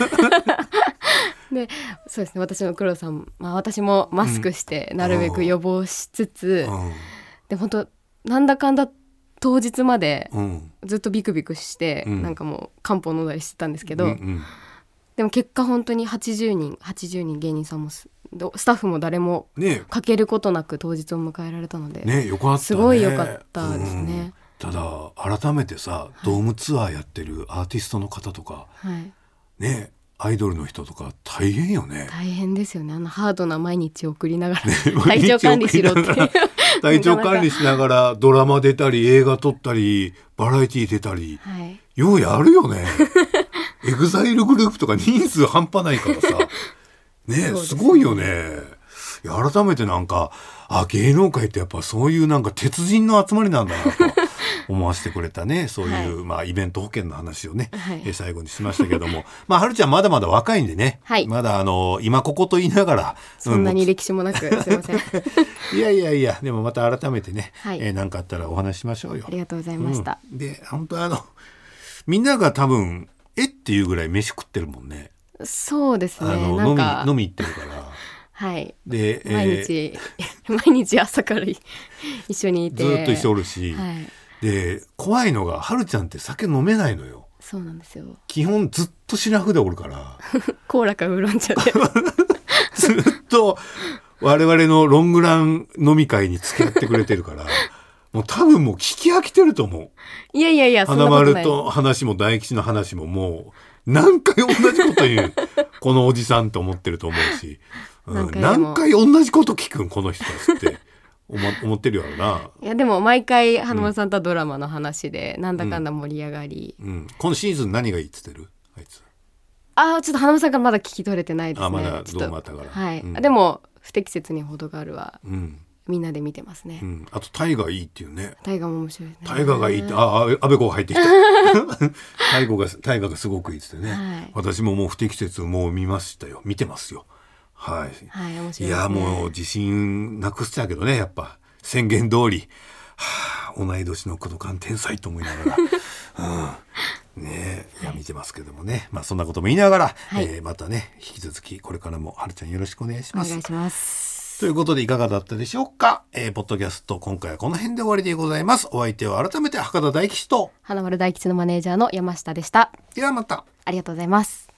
Speaker 2: でそうですね私の黒さん、まあ、私もマスクしてなるべく予防しつつ、で本当なんだかんだ当日まで
Speaker 1: うんうん
Speaker 2: ずっとビクビクして、
Speaker 1: うん
Speaker 2: なんかもう漢方飲んだりしてたんですけど、
Speaker 1: うんうん
Speaker 2: でも結果本当に80人80人芸人さんもすどスタッフも誰も
Speaker 1: ね
Speaker 2: かけることなく当日を迎えられたので、
Speaker 1: ねよかったね
Speaker 2: すごいよかったですね
Speaker 1: うんただ改めてさドームツアーやってるアーティストの方とか
Speaker 2: はい、
Speaker 1: ねアイドルの人とか大変よ ね
Speaker 2: 大変ですよねあのハードな毎日を送りな がら体調管理しろって
Speaker 1: 毎日送りな が体調管理しながらドラマ出たり映画撮ったりバラエティ出たり
Speaker 2: はい
Speaker 1: ようやるよ ねエグザイルグループとか人数半端ないからさね
Speaker 2: そうですすね
Speaker 1: ごいよねいや改めてなんかあ芸能界ってやっぱそういうなんか鉄人の集まりなんだ なと思わせてくれたねそういう、まあ、イベント保険の話をね、
Speaker 2: はい
Speaker 1: えー最後にしましたけども まあはるちゃんまだまだ若いんでね、
Speaker 2: はい
Speaker 1: まだあの今ここと言いながら
Speaker 2: そんな
Speaker 1: う
Speaker 2: に
Speaker 1: も
Speaker 2: 歴史もなくすいませんあ
Speaker 1: ういやいやいやでもまた改めてね
Speaker 2: はい
Speaker 1: えーなんかあったらお話ししましょうよ。
Speaker 2: りがとうございました、
Speaker 1: うん、で本当あの みんなが多分えっていうぐらい飯食ってるもんね
Speaker 2: そうです
Speaker 1: あ
Speaker 2: ね
Speaker 1: の
Speaker 2: なんか
Speaker 1: 飲み飲み行ってるから
Speaker 2: はい
Speaker 1: で、
Speaker 2: 毎
Speaker 1: えー
Speaker 2: 日、 毎日朝からい一緒にいて
Speaker 1: ずーっと一緒おるし、
Speaker 2: はい
Speaker 1: で怖いのがはるちゃんって酒飲めないのよ
Speaker 2: そうなんですよ
Speaker 1: 基本ずっとシラフでおるから
Speaker 2: コーラかウーロン茶で
Speaker 1: ずっと我々のロングラン飲み会に付き合ってくれてるからもう多分もう聞き飽きてると思う
Speaker 2: いやいやいやそんな
Speaker 1: 花
Speaker 2: こ
Speaker 1: 丸
Speaker 2: とない
Speaker 1: と話も大吉の話ももう何回同じこと言 うこのおじさんと思ってると思うし、うん
Speaker 2: 何回でも
Speaker 1: 何回同じこと聞くんこの人たちって思思 ってるよない
Speaker 2: やでも毎回花丸さんとはドラマの話で、なんだかんだ盛り上がり、
Speaker 1: うん、今シーズン何がいいっつってるあいつ
Speaker 2: ああちょっと花丸さんからまだ聞き取れてないですね
Speaker 1: あまだ
Speaker 2: ちょっと
Speaker 1: どうもあったから
Speaker 2: はい、
Speaker 1: うん
Speaker 2: でも不適切に程があるは
Speaker 1: うん
Speaker 2: みんなで見てますね、
Speaker 1: うん、あとタイガーいいっていうね
Speaker 2: 大河も面白いですね
Speaker 1: タイガーがいいってああ安倍子が入 ってきたタイガーがタイガーがすごくいいっつってね、
Speaker 2: はい
Speaker 1: 私ももう不適切をもう見ましたよ見てますよはい
Speaker 2: はい面白いです、ね、
Speaker 1: いやもう自信なくしちゃうけどねやっぱ宣言通りはあ同い年の孤独感天才と思いながら、うん、ねえいや見てますけどもね、まあ、そんなことも言いながら、
Speaker 2: はい
Speaker 1: えーまたね引き続きこれからもはるちゃんよろしくお願いし
Speaker 2: お
Speaker 1: ま
Speaker 2: 願い
Speaker 1: す。
Speaker 2: します
Speaker 1: ということでいかがだったでしょうか、えーポッドキャスト今回はこの辺で終わりでございます。お相手は改めて博多大吉と
Speaker 2: 花丸大吉のマネージャーの山下でした
Speaker 1: ではまた。
Speaker 2: ありがとうございます